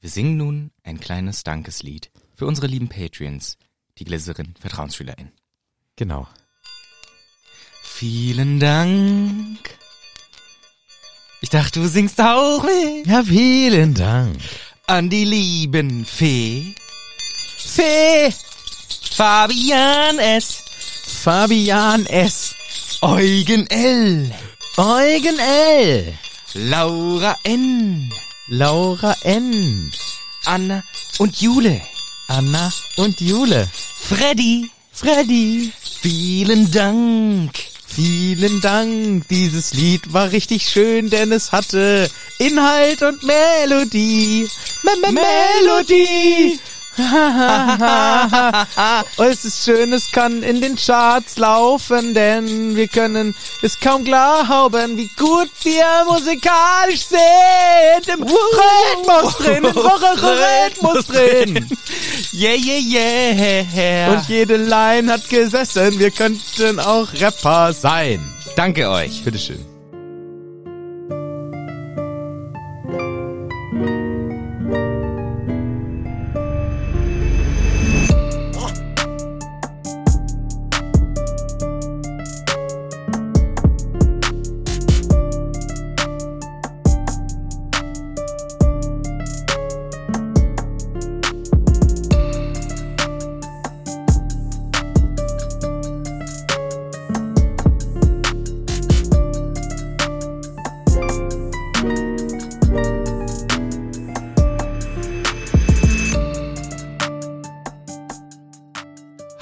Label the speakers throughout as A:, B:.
A: Wir singen nun ein kleines Dankeslied für unsere lieben Patreons, die Gläserin VertrauensschülerInnen.
B: Genau.
A: Vielen Dank. Ich dachte, du singst auch mit.
B: Ja, vielen Dank.
A: An die lieben Fee. Fee. Fabian S.
B: Fabian S.
A: Eugen L.
B: Eugen L.
A: Laura N.
B: Laura N.
A: Anna und Jule.
B: Anna und Jule.
A: Freddy.
B: Freddy.
A: Vielen Dank.
B: Vielen Dank. Dieses Lied war richtig schön, denn es hatte Inhalt und Melodie. M -m Melodie. oh, es ist schön, es kann in den Charts laufen, denn wir können es kaum glauben, wie gut wir musikalisch sind. Im Rhythmus drin, im Rhythmus drin.
A: Yeah, yeah, yeah.
B: Und jede Line hat gesessen, wir könnten auch Rapper sein.
A: danke euch.
B: Bitteschön.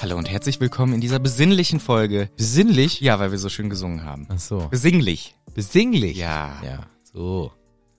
A: Hallo und herzlich willkommen in dieser besinnlichen Folge.
B: Besinnlich?
A: Ja, weil wir so schön gesungen haben.
B: Ach so.
A: Besinglich.
B: Besinglich?
A: Ja.
B: Ja, so.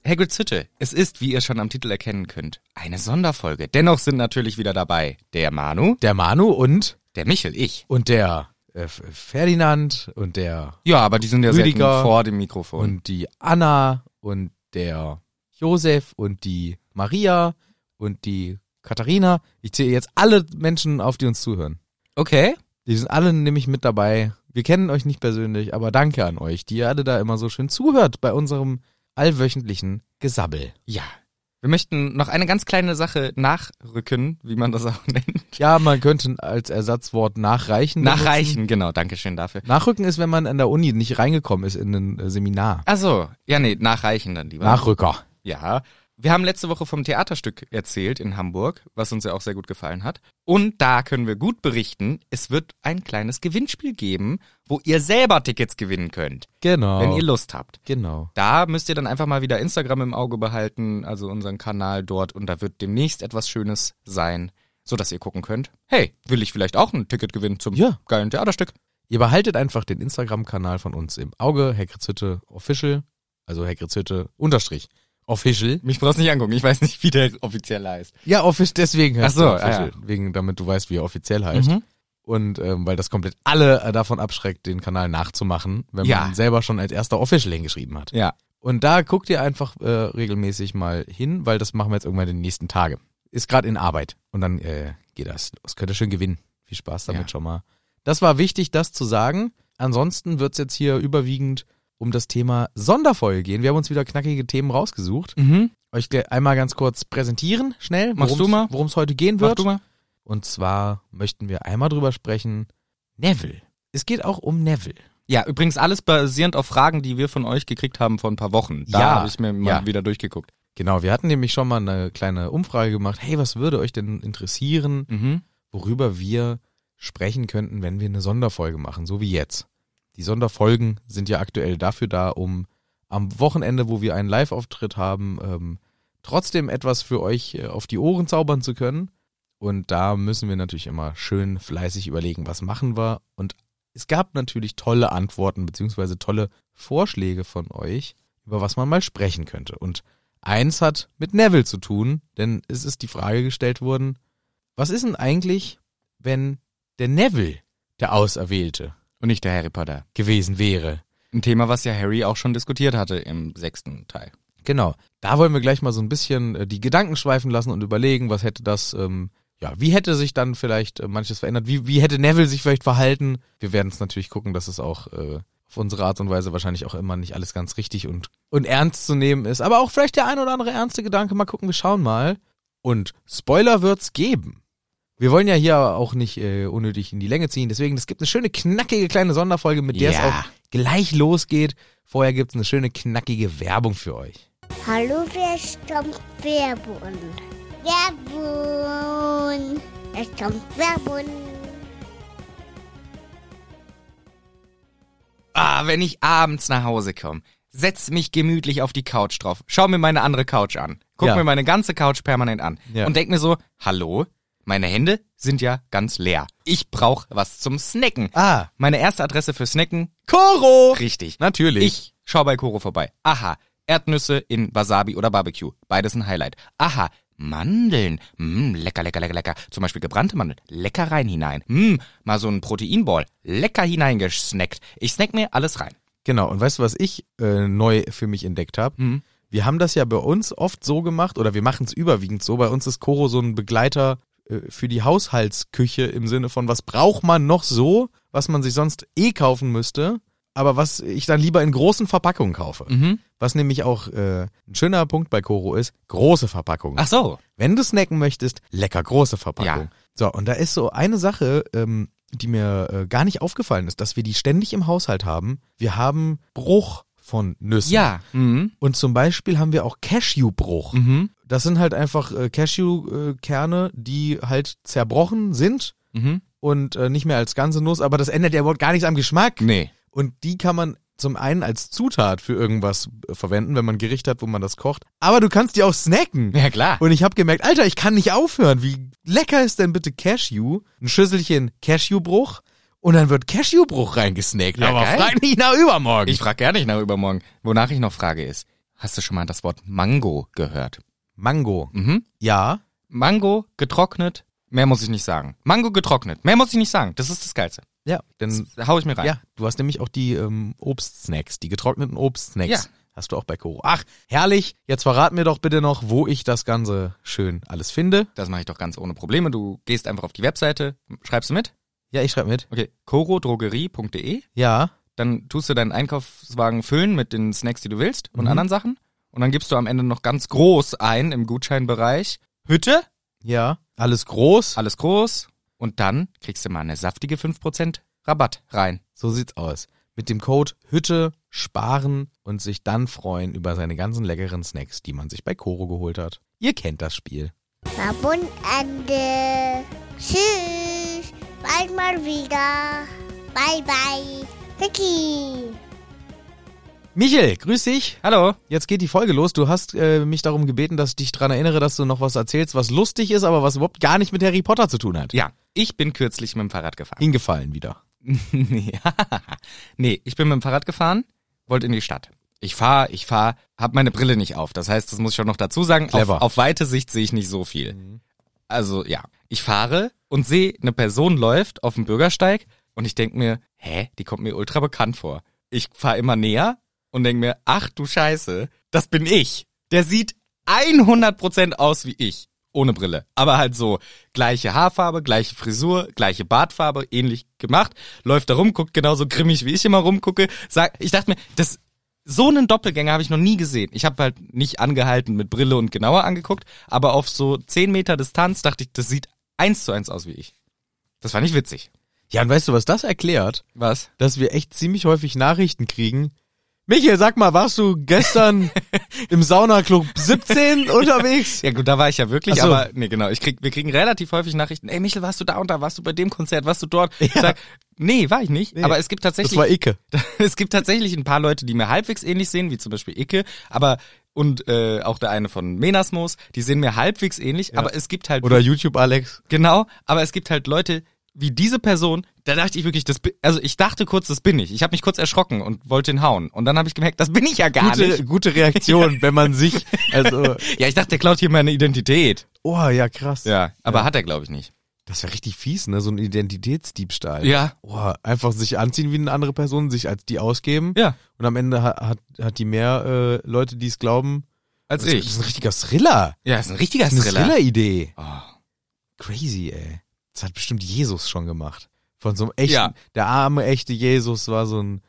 A: Hagrid's Hütte. Es ist, wie ihr schon am Titel erkennen könnt, eine Sonderfolge. Dennoch sind natürlich wieder dabei der Manu,
B: Der Manu und,
A: der Michel, ich.
B: und der äh, F- Ferdinand und der
A: Ja, aber die sind ja selten
B: Rüdiger
A: vor dem Mikrofon.
B: und die Anna und der Josef und die Maria und die Katharina. Ich zähle jetzt alle Menschen auf, die uns zuhören.
A: okay.
B: Die sind alle nämlich mit dabei. Wir kennen euch nicht persönlich, aber danke an euch, die ihr alle da immer so schön zuhört bei unserem allwöchentlichen Gesabbel.
A: Ja. Wir möchten noch eine ganz kleine Sache nachrücken, wie man das auch nennt.
B: Ja, man könnte als Ersatzwort nachreichen. benutzen.
A: Nachreichen, genau. Dankeschön dafür.
B: Nachrücken ist, wenn man an der Uni nicht reingekommen ist in ein äh, Seminar.
A: Also, ja, nee, nachreichen dann lieber.
B: Nachrücker.
A: Ja. Wir haben letzte Woche vom Theaterstück erzählt in Hamburg, was uns ja auch sehr gut gefallen hat. Und da können wir gut berichten, es wird ein kleines Gewinnspiel geben, wo ihr selber Tickets gewinnen könnt,
B: Genau.
A: wenn ihr Lust habt.
B: genau.
A: Da müsst ihr dann einfach mal wieder Instagram im Auge behalten, also unseren Kanal dort und da wird demnächst etwas Schönes sein, so dass ihr gucken könnt. Hey, will ich vielleicht auch ein Ticket gewinnen zum
B: Ja.
A: geilen Theaterstück?
B: Ihr behaltet einfach den Instagram-Kanal von uns im Auge, Hagrid's Hütte Official, also Hagrid's Hütte Unterstrich Official.
A: Mich brauchst nicht angucken, ich weiß nicht, wie der offiziell heißt.
B: Ja, offic deswegen heißt
A: Ach so,
B: er Official, wegen, damit du weißt, wie er offiziell heißt.
A: Mhm.
B: Und ähm, weil das komplett alle äh, davon abschreckt, den Kanal nachzumachen, wenn
A: Ja.
B: man selber schon als erster Official hingeschrieben hat.
A: Ja.
B: Und da guckt ihr einfach äh, regelmäßig mal hin, weil das machen wir jetzt irgendwann in den nächsten Tage. Ist gerade in Arbeit und dann äh, geht das. Das könnt ihr schön gewinnen. Viel Spaß damit
A: Ja.
B: schon mal. Das war wichtig, das zu sagen. Ansonsten wird's jetzt hier überwiegend um das Thema Sonderfolge gehen. Wir haben uns wieder knackige Themen rausgesucht.
A: Mhm.
B: Euch gleich einmal ganz kurz präsentieren, schnell,
A: Machst du mal?
B: worum es heute gehen
A: Mach
B: wird.
A: du mal.
B: Und zwar möchten wir einmal drüber sprechen, Neville. Es geht auch um Neville.
A: Ja, übrigens alles basierend auf Fragen, die wir von euch gekriegt haben vor ein paar Wochen. Da
B: Ja.
A: habe ich mir mal
B: Ja.
A: wieder durchgeguckt.
B: Genau, wir hatten nämlich schon mal eine kleine Umfrage gemacht. Hey, was würde euch denn interessieren,
A: Mhm.
B: worüber wir sprechen könnten, wenn wir eine Sonderfolge machen, so wie jetzt? Die Sonderfolgen sind ja aktuell dafür da, um am Wochenende, wo wir einen Live-Auftritt haben, ähm, trotzdem etwas für euch äh, auf die Ohren zaubern zu können. Und da müssen wir natürlich immer schön fleißig überlegen, was machen wir. Und es gab natürlich tolle Antworten beziehungsweise tolle Vorschläge von euch, über was man mal sprechen könnte. Und eins hat mit Neville zu tun, denn es ist die Frage gestellt worden, was ist denn eigentlich, wenn der Neville der Auserwählte
A: Und nicht der Harry Potter.
B: gewesen wäre?
A: Ein Thema, was ja Harry auch schon diskutiert hatte im sechsten Teil.
B: Genau. Da wollen wir gleich mal so ein bisschen äh, die Gedanken schweifen lassen und überlegen, was hätte das, ähm, ja, wie hätte sich dann vielleicht äh, manches verändert? Wie, wie hätte Neville sich vielleicht verhalten? Wir werden es natürlich gucken, dass es auch äh, auf unsere Art und Weise wahrscheinlich auch immer nicht alles ganz richtig und, und ernst zu nehmen ist. Aber auch vielleicht der ein oder andere ernste Gedanke. Mal gucken, wir schauen mal. Und Spoiler wird's geben. Wir wollen ja hier auch nicht äh, unnötig in die Länge ziehen, deswegen es gibt eine schöne knackige kleine Sonderfolge, mit der es
A: Ja.
B: auch gleich losgeht. Vorher gibt's eine schöne knackige Werbung für euch.
C: Hallo, wer stammt Werbun? Werbun! Es stammt Werbun!
A: Ah, wenn ich abends nach Hause komme, setz mich gemütlich auf die Couch drauf, schau mir meine andere Couch an, guck
B: Ja.
A: mir meine ganze Couch permanent an
B: Ja.
A: und denk mir so, hallo, meine Hände sind ja ganz leer. Ich brauch was zum Snacken.
B: Ah,
A: Meine erste Adresse für Snacken,
B: Koro!
A: richtig.
B: Natürlich.
A: Ich schau bei Koro vorbei. Aha, Erdnüsse in Wasabi oder Barbecue. Beides ein Highlight. Aha, Mandeln. Mm, lecker, lecker, lecker, lecker. Zum Beispiel gebrannte Mandeln. Lecker rein hinein. Mm, mal so ein Proteinball. Lecker hineingesnackt. Ich snack mir alles rein.
B: Genau, und weißt du, was ich äh, neu für mich entdeckt habe?
A: Hm.
B: Wir haben das ja bei uns oft so gemacht, oder wir machen es überwiegend so. Bei uns ist Koro so ein Begleiter äh, für die Haushaltsküche im Sinne von, was braucht man noch so, was man sich sonst eh kaufen müsste, aber was ich dann lieber in großen Verpackungen kaufe.
A: Mhm.
B: Was nämlich auch äh, ein schöner Punkt bei Koro ist, große Verpackungen.
A: Ach so.
B: Wenn du snacken möchtest, lecker große Verpackung.
A: Ja.
B: So, und da ist so eine Sache, ähm, die mir äh, gar nicht aufgefallen ist, dass wir die ständig im Haushalt haben. Wir haben Bruch von Nüssen.
A: Ja. Mhm.
B: Und zum Beispiel haben wir auch Cashewbruch.
A: Mhm.
B: Das sind halt einfach äh, Cashewkerne, die halt zerbrochen sind
A: Mhm.
B: und äh, nicht mehr als ganze Nuss, aber das ändert ja überhaupt gar nichts am Geschmack.
A: Nee.
B: Und die kann man zum einen als Zutat für irgendwas äh, verwenden, wenn man ein Gericht hat, wo man das kocht. Aber du kannst die auch snacken.
A: Ja, klar.
B: Und ich habe gemerkt, Alter, ich kann nicht aufhören. Wie lecker ist denn bitte Cashew? Ein Schüsselchen Cashewbruch und dann wird Cashewbruch reingesnackt.
A: Ja,
B: Aber
A: geil.
B: frag nicht nach übermorgen.
A: Ich frage gerne nicht nach übermorgen. Wonach ich noch frage ist, hast du schon mal das Wort Mango gehört?
B: Mango.
A: Mhm.
B: Ja.
A: Mango getrocknet. Mehr muss ich nicht sagen. Mango getrocknet. Mehr muss ich nicht sagen. Das ist das Geilste.
B: Ja. Denn
A: Das hau ich mir rein.
B: ja, du hast nämlich auch die ähm, Obstsnacks, die getrockneten Obstsnacks.
A: Ja.
B: Hast du auch bei Koro. Ach, herrlich. Jetzt verrat mir doch bitte noch, wo ich das Ganze schön alles finde.
A: Das mache ich doch ganz ohne Probleme. Du gehst einfach auf die Webseite, schreibst du mit.
B: Ja, ich schreibe mit.
A: Okay, korodrogerie.de.
B: Ja.
A: Dann tust du deinen Einkaufswagen füllen mit den Snacks, die du willst und
B: Mhm.
A: anderen Sachen. Und dann gibst du am Ende noch ganz groß ein im Gutscheinbereich. Hütte,
B: Ja. Alles groß.
A: alles groß. Und dann kriegst du mal eine saftige 5% Rabatt rein.
B: So sieht's aus. Mit dem Code Hütte sparen und sich dann freuen über seine ganzen leckeren Snacks, die man sich bei Koro geholt hat. Ihr kennt das Spiel.
C: Werbun Ende. Tschüss. Bald mal wieder. Bye bye. Vicky.
B: Michel, grüß dich.
A: Hallo.
B: Jetzt geht die Folge los. Du hast äh, mich darum gebeten, dass ich dich dran erinnere, dass du noch was erzählst, was lustig ist, aber was überhaupt gar nicht mit Harry Potter zu tun hat.
A: Ja, ich bin kürzlich mit dem Fahrrad gefahren.
B: Hingefallen wieder.
A: ja. Nee, ich bin mit dem Fahrrad gefahren, wollte in die Stadt. Ich fahre, ich fahre, hab meine Brille nicht auf. Das heißt, das muss ich schon noch dazu sagen. Auf,
B: Clever.
A: auf weite Sicht sehe ich nicht so viel. Also ja, ich fahre und sehe, eine Person läuft auf dem Bürgersteig und ich denk mir, hä, die kommt mir ultra bekannt vor. Ich fahre immer näher und denk mir, ach du Scheiße, das bin ich. Der sieht 100% aus wie ich. Ohne Brille. Aber halt so, gleiche Haarfarbe, gleiche Frisur, gleiche Bartfarbe, ähnlich gemacht. Läuft da rum, guckt genauso grimmig, wie ich immer rumgucke. Sag, ich dachte mir, das, so einen Doppelgänger habe ich noch nie gesehen. Ich habe halt nicht angehalten mit Brille und genauer angeguckt, aber auf so 10 Meter Distanz dachte ich, das sieht eins zu eins aus wie ich. Das war nicht witzig.
B: Ja, und weißt du, was das erklärt?
A: Was?
B: Dass wir echt ziemlich häufig Nachrichten kriegen. Michel, sag mal, warst du gestern im Saunaclub 17 unterwegs?
A: Ja gut, da war ich ja wirklich,
B: Ach so.
A: aber nee, genau. Ich krieg, wir kriegen relativ häufig Nachrichten, ey Michel, warst du da und da, warst du bei dem Konzert, warst du dort? Ich sag, nee, war ich nicht.
B: Nee.
A: Aber es gibt
B: Das
A: tatsächlich
B: war Icke.
A: es gibt tatsächlich ein paar Leute, die mir halbwegs ähnlich sehen, wie zum Beispiel Icke, aber und äh, auch der eine von Menasmos, die sehen mir halbwegs ähnlich, aber es gibt halt
B: Oder YouTube Alex.
A: genau, aber es gibt halt Leute wie diese Person, da dachte ich wirklich, das bin, also ich dachte kurz, das bin ich. Ich habe mich kurz erschrocken und wollte ihn hauen und dann habe ich gemerkt, das bin ich ja gar
B: gute,
A: nicht.
B: gute Reaktion, wenn man sich, also,
A: Ja, ich dachte, der klaut hier meine Identität.
B: oh ja, krass.
A: Ja, aber hat er glaube ich nicht.
B: Das wäre richtig fies, ne? So ein Identitätsdiebstahl.
A: Ja.
B: Oh, einfach sich anziehen wie eine andere Person, sich als die ausgeben.
A: Ja,
B: Und am Ende hat, hat, hat die mehr äh, Leute, die es glauben.
A: als
B: Das
A: ich.
B: ist ein richtiger Thriller.
A: Ja, ist ein richtiger
B: Das ist eine
A: Thriller.
B: Thriller-Idee.
A: Oh.
B: Crazy, ey. Das hat bestimmt Jesus schon gemacht. Von so einem echten,
A: Ja.
B: der arme, echte Jesus war so ein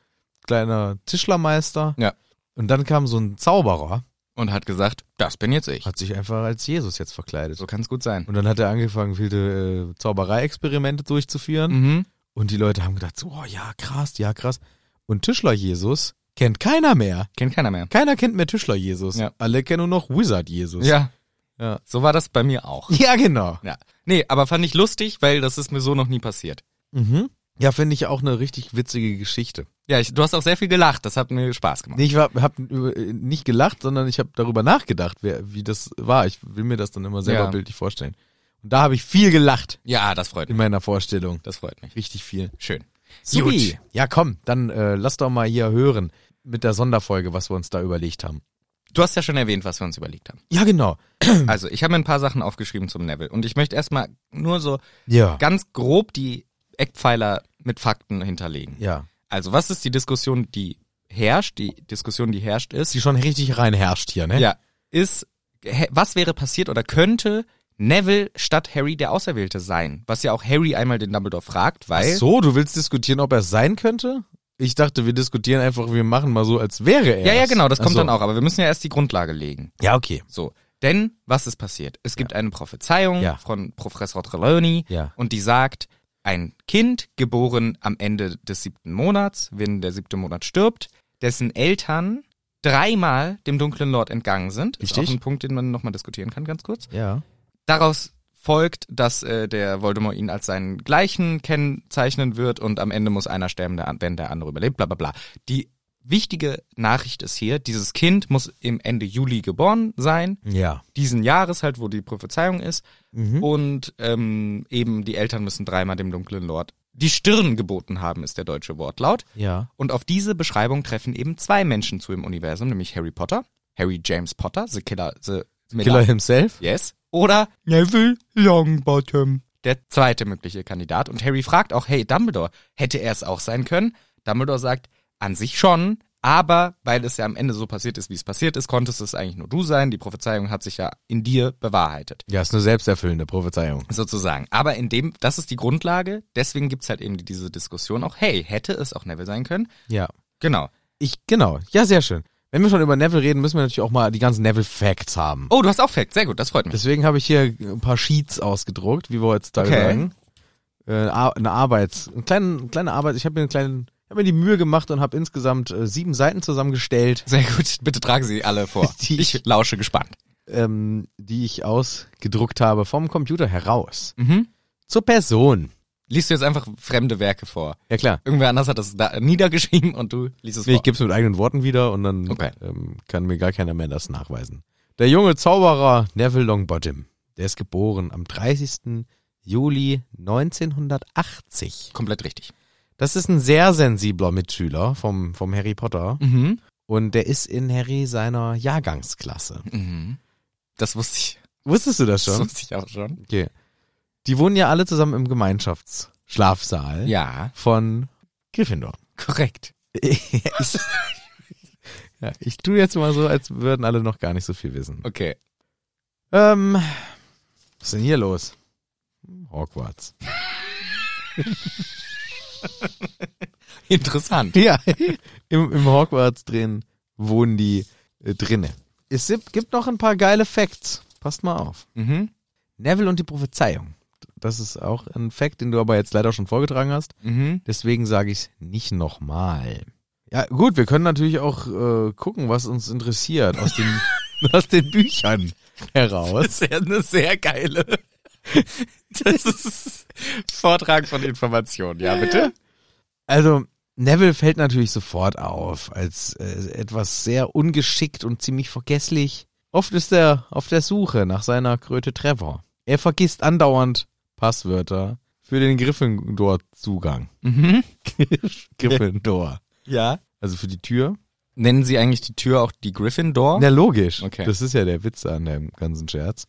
B: kleiner Tischlermeister.
A: Ja.
B: Und dann kam so ein Zauberer
A: und hat gesagt, das bin jetzt ich.
B: Hat sich einfach als Jesus jetzt verkleidet.
A: So kann es gut sein.
B: Und dann hat er angefangen, viele äh, Zauberei-Experimente durchzuführen.
A: Mhm.
B: Und die Leute haben gedacht, so, oh ja, krass, ja, krass. Und Tischler Jesus kennt keiner mehr.
A: Kennt keiner mehr.
B: Keiner kennt mehr Tischler Jesus.
A: Ja.
B: Alle kennen nur noch Wizard Jesus.
A: Ja.
B: Ja.
A: So war das bei mir auch.
B: Ja, genau.
A: Ja. Nee, aber fand ich lustig, weil das ist mir so noch nie passiert.
B: Mhm. Ja, finde ich auch eine richtig witzige Geschichte.
A: Ja, ich, du hast auch sehr viel gelacht, das hat mir Spaß gemacht.
B: Nee, ich habe äh, nicht gelacht, sondern ich habe darüber nachgedacht, wer, wie das war. Ich will mir das dann immer selber
A: Ja.
B: bildlich vorstellen. Und da habe ich viel gelacht
A: Ja, das freut
B: in
A: mich.
B: meiner Vorstellung.
A: Das freut mich.
B: Richtig viel.
A: Schön.
B: Supi. Ja, komm, dann äh, lass doch mal hier hören mit der Sonderfolge, was wir uns da überlegt haben.
A: Du hast ja schon erwähnt, was wir uns überlegt haben.
B: Ja, genau.
A: Also, ich habe mir ein paar Sachen aufgeschrieben zum Neville und ich möchte erstmal nur so
B: Ja.
A: ganz grob die Eckpfeiler mit Fakten hinterlegen.
B: Ja.
A: Also, was ist die Diskussion, die herrscht? Die Diskussion, die herrscht, ist,
B: Die schon richtig rein herrscht hier, ne?
A: ja, ist, hä- was wäre passiert oder könnte Neville statt Harry der Auserwählte sein? Was ja auch Harry einmal den Dumbledore fragt,
B: Ach
A: weil
B: so, du willst diskutieren, ob er es sein könnte? Ich dachte, wir diskutieren einfach, wir machen mal so, als wäre er.
A: Ja, ja,
B: es.
A: genau, das
B: Ach
A: kommt
B: so.
A: dann auch, aber wir müssen ja erst die Grundlage legen.
B: Ja, okay.
A: So. Denn was ist passiert? Es gibt eine Prophezeiung
B: Ja.
A: von Professor Trelawney
B: Ja.
A: und die sagt, ein Kind, geboren am Ende des siebten Monats, wenn der siebte Monat stirbt, dessen Eltern dreimal dem dunklen Lord entgangen sind. Ist
B: Richtig.
A: auch ein Punkt, den man nochmal diskutieren kann, ganz kurz.
B: Ja.
A: Daraus folgt, dass äh, der Voldemort ihn als seinen gleichen kennzeichnen wird und am Ende muss einer sterben, der, an- wenn der andere überlebt, bla bla bla. Die wichtige Nachricht ist hier, dieses Kind muss im Ende Juli geboren sein,
B: Ja.
A: diesen Jahres halt, wo die Prophezeiung ist.
B: Mhm.
A: Und ähm, eben die Eltern müssen dreimal dem dunklen Lord die Stirn geboten haben, ist der deutsche Wortlaut.
B: Ja.
A: Und auf diese Beschreibung treffen eben zwei Menschen zu im Universum, nämlich Harry Potter, Harry James Potter, The Killer, The
B: Killer himself?
A: Yes. Oder Neville Longbottom. Der zweite mögliche Kandidat. Und Harry fragt auch, hey, Dumbledore, hätte er es auch sein können? Dumbledore sagt, an sich schon, aber weil es ja am Ende so passiert ist, wie es passiert ist, konntest es eigentlich nur du sein. Die Prophezeiung hat sich ja in dir bewahrheitet.
B: Ja, ist eine selbsterfüllende Prophezeiung.
A: Sozusagen. Aber in dem, das ist die Grundlage, deswegen gibt's halt eben diese Diskussion auch, hey, hätte es auch Neville sein können?
B: Ja.
A: Genau.
B: Ich, genau. Ja, sehr schön. Wenn wir schon über Neville reden, müssen wir natürlich auch mal die ganzen Neville-Facts haben.
A: Oh, du hast auch Fact, sehr gut, das freut mich.
B: Deswegen habe ich hier ein paar Sheets ausgedruckt, wie wir jetzt da
A: Okay.
B: sagen. Äh, Ar- eine Arbeits, eine kleine, kleine Arbeit. Ich habe mir einen kleinen, habe mir die Mühe gemacht und habe insgesamt äh, sieben Seiten zusammengestellt,
A: Sehr gut, bitte tragen Sie alle vor.
B: Die-
A: Ich lausche gespannt.
B: ähm, die ich ausgedruckt habe vom Computer heraus.
A: Mhm.
B: Zur Person.
A: Liest du jetzt einfach fremde Werke vor?
B: Ja klar.
A: Irgendwer anders hat das da niedergeschrieben und du liest es
B: Nee,
A: vor.
B: ich gebe es mit eigenen Worten wieder und dann
A: Okay.
B: ähm, kann mir gar keiner mehr das nachweisen. Der junge Zauberer Neville Longbottom, der ist geboren am 30. Juli 1980.
A: Komplett richtig.
B: Das ist ein sehr sensibler Mitschüler vom, vom Harry Potter.
A: Mhm.
B: Und der ist in Harry seiner Jahrgangsklasse.
A: Mhm. Das wusste ich.
B: Wusstest du das
A: Das
B: schon?
A: wusste ich auch schon.
B: Okay. Die wohnen ja alle zusammen im Gemeinschaftsschlafsaal
A: Ja,
B: von Gryffindor.
A: korrekt.
B: ja, ich tue jetzt mal so, als würden alle noch gar nicht so viel wissen.
A: Okay.
B: Ähm, was ist denn hier los? Hogwarts.
A: Interessant.
B: Ja, im, im Hogwarts drin wohnen die äh, drinne. Es gibt noch ein paar geile Facts. Passt mal auf.
A: Mhm.
B: Neville und die Prophezeiung. Das ist auch ein Fact, den du aber jetzt leider schon vorgetragen hast.
A: Mhm.
B: Deswegen sage ich es nicht nochmal. Ja, gut, wir können natürlich auch äh, gucken, was uns interessiert aus den, aus den Büchern heraus.
A: ist ja eine sehr geile. Das ist Vortrag von Informationen. Ja, bitte?
B: Also, Neville fällt natürlich sofort auf als äh, etwas sehr ungeschickt und ziemlich vergesslich. Oft ist er auf der Suche nach seiner Kröte Trevor. Er vergisst andauernd Passwörter für den Gryffindor-Zugang.
A: Mhm.
B: Gryffindor.
A: Ja.
B: Also für die Tür?
A: Nennen Sie eigentlich die Tür auch die Gryffindor?
B: Na, logisch.
A: Okay.
B: Das ist ja der Witz an dem ganzen Scherz.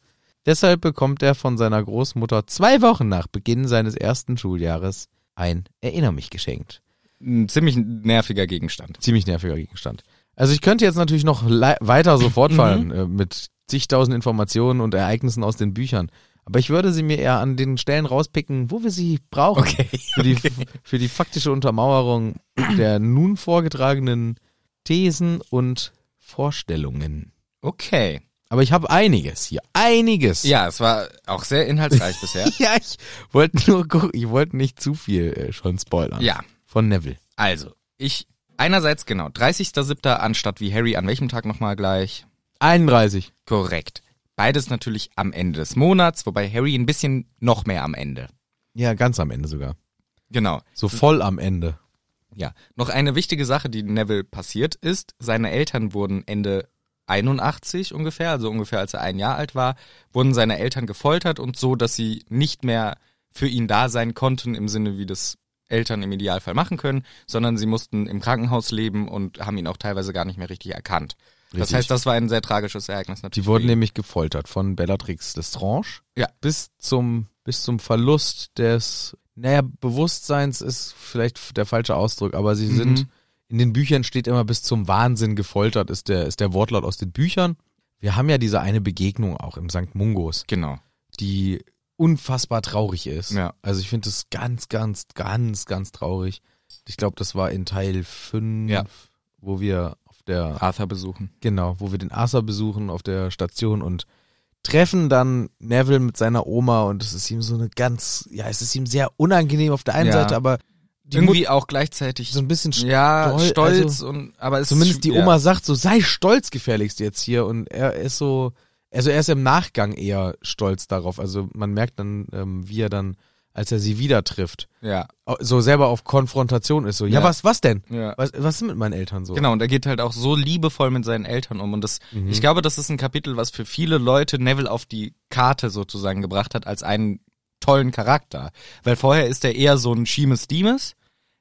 B: Deshalb bekommt er von seiner Großmutter zwei Wochen nach Beginn seines ersten Schuljahres ein Erinner mich geschenkt.
A: Ein ziemlich nerviger Gegenstand.
B: Ziemlich nerviger Gegenstand. Also ich könnte jetzt natürlich noch lei- weiter so fortfahren äh, mit zigtausend Informationen und Ereignissen aus den Büchern. Aber ich würde sie mir eher an den Stellen rauspicken, wo wir sie brauchen. Für die, für die faktische Untermauerung der nun vorgetragenen Thesen und Vorstellungen.
A: Okay.
B: Aber ich habe einiges hier. Einiges.
A: Ja, es war auch sehr inhaltsreich bisher.
B: ja ich wollte nur gucken. Ich wollte nicht zu viel äh, schon spoilern.
A: Ja.
B: Von Neville.
A: Also, ich einerseits genau, 30.07. anstatt wie Harry, an welchem Tag nochmal gleich?
B: 31.
A: Korrekt. Beides natürlich am Ende des Monats, wobei Harry ein bisschen noch mehr am Ende.
B: Ja, ganz am Ende sogar.
A: Genau.
B: So voll am Ende.
A: Ja, noch eine wichtige Sache, die Neville passiert ist. Seine Eltern wurden Ende 81 ungefähr, also ungefähr als er ein Jahr alt war, wurden seine Eltern gefoltert und so, dass sie nicht mehr für ihn da sein konnten im Sinne, wie das Eltern im Idealfall machen können, sondern sie mussten im Krankenhaus leben und haben ihn auch teilweise gar nicht mehr richtig erkannt. Das
B: Richtig.
A: heißt, das war ein sehr tragisches Ereignis natürlich.
B: Die wurden
A: für ihn.
B: nämlich gefoltert von Bellatrix Lestrange.
A: Ja.
B: Bis zum, bis zum Verlust des, naja, Bewusstseins ist vielleicht der falsche Ausdruck, aber
A: Mhm.
B: sie sind, in den Büchern steht immer bis zum Wahnsinn gefoltert, ist der, ist der Wortlaut aus den Büchern. Wir haben ja diese eine Begegnung auch im St. Mungos,
A: genau.
B: die unfassbar traurig ist.
A: Ja.
B: Also ich finde das ganz, ganz, ganz, ganz traurig. Ich glaube, das war in Teil 5,
A: Ja.
B: wo wir auf der
A: Arthur besuchen.
B: Genau, wo wir den Arthur besuchen auf der Station und treffen dann Neville mit seiner Oma und es ist ihm so eine ganz, ja, es ist ihm sehr unangenehm auf der einen
A: Ja.
B: Seite, aber die
A: Irgendwie auch gleichzeitig
B: Mutter so ein bisschen st-
A: ja,
B: stol-
A: stolz
B: also-
A: und aber es
B: zumindest die
A: ja.
B: Oma sagt so, sei stolz gefälligst jetzt hier und er ist so, also er ist im Nachgang eher stolz darauf, also man merkt dann, ähm, wie er dann, als er sie wieder trifft,
A: ja,
B: so selber auf Konfrontation ist, so, ja,
A: Ja.
B: was, was denn?
A: ja.
B: Was, was ist mit meinen Eltern so?
A: Genau, und er geht halt auch so liebevoll mit seinen Eltern um. Und das, ich glaube, das ist ein Kapitel, was für viele Leute Neville auf die Karte sozusagen gebracht hat, als einen tollen Charakter. Weil vorher ist er eher so ein Schiemes Diemes,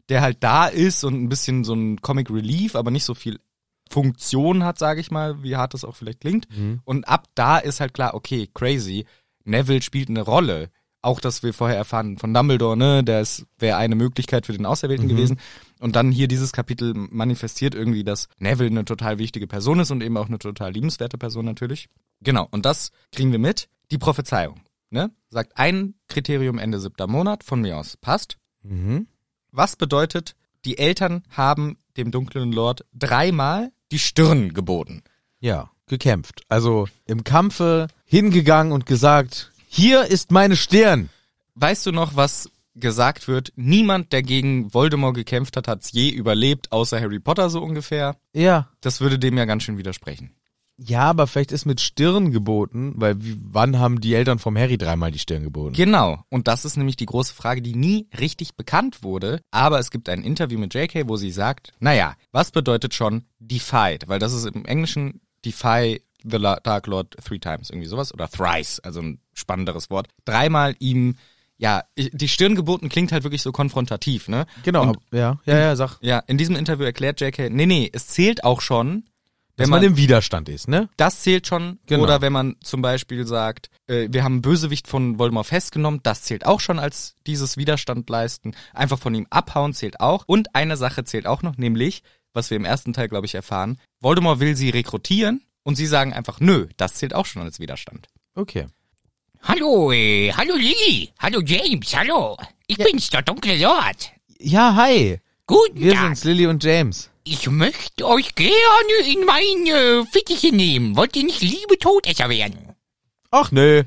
A: der halt da ist und ein bisschen so ein Comic Relief, aber nicht so viel Funktion hat, sage ich mal, wie hart das auch vielleicht klingt. Und ab da ist halt klar, okay, crazy. Neville spielt eine Rolle. Auch das wir vorher erfahren von Dumbledore, ne, das wäre eine Möglichkeit für den Auserwählten gewesen. Und dann hier dieses Kapitel manifestiert irgendwie, dass Neville eine total wichtige Person ist und eben auch eine total liebenswerte Person natürlich. Genau, und das kriegen wir mit. Die Prophezeiung, ne? Sagt ein Kriterium Ende siebter Monat, von mir aus passt.
B: Mhm.
A: Was bedeutet, die Eltern haben dem dunklen Lord dreimal die Stirn geboten?
B: Ja, gekämpft. Also im Kampfe hingegangen und gesagt, hier ist meine Stirn.
A: Weißt du noch, was gesagt wird? Niemand, der gegen Voldemort gekämpft hat, hat's je überlebt, außer Harry Potter so ungefähr.
B: Ja.
A: Das würde dem ja ganz schön widersprechen.
B: Ja, aber vielleicht ist mit Stirn geboten, weil wie, wann haben die Eltern vom Harry dreimal die Stirn geboten?
A: Genau. Und das ist nämlich die große Frage, die nie richtig bekannt wurde. Aber es gibt ein Interview mit JK, wo sie sagt, naja, was bedeutet schon defied? Weil das ist im Englischen defy the La- Dark Lord three times, irgendwie sowas. Oder thrice, also ein spannenderes Wort. Dreimal ihm, ja, ich- die Stirn geboten klingt halt wirklich so konfrontativ, ne?
B: genau.
A: Und,
B: ab- ja, ja, ja, sag.
A: ja, in diesem Interview erklärt JK, nee, nee, es zählt auch schon, wenn
B: Dass
A: man,
B: man im Widerstand ist, ne?
A: das zählt schon.
B: Genau.
A: Oder wenn man zum Beispiel sagt, äh, wir haben einen Bösewicht von Voldemort festgenommen, das zählt auch schon als dieses Widerstand leisten. Einfach von ihm abhauen zählt auch. Und eine Sache zählt auch noch, nämlich, was wir im ersten Teil, glaube ich, erfahren, Voldemort will sie rekrutieren und sie sagen einfach, nö, das zählt auch schon als Widerstand.
B: Okay.
D: Hallo, äh, hallo Lilly, hallo James, hallo. Ich bin's, der dunkle Lord.
B: Ja, hi.
D: Guten
B: Wir
D: Tag.
B: sind's, Lilly und James.
D: Ich möchte euch gerne in meine Fittiche nehmen. Wollt ihr nicht liebe Todesser werden?
B: Ach nö.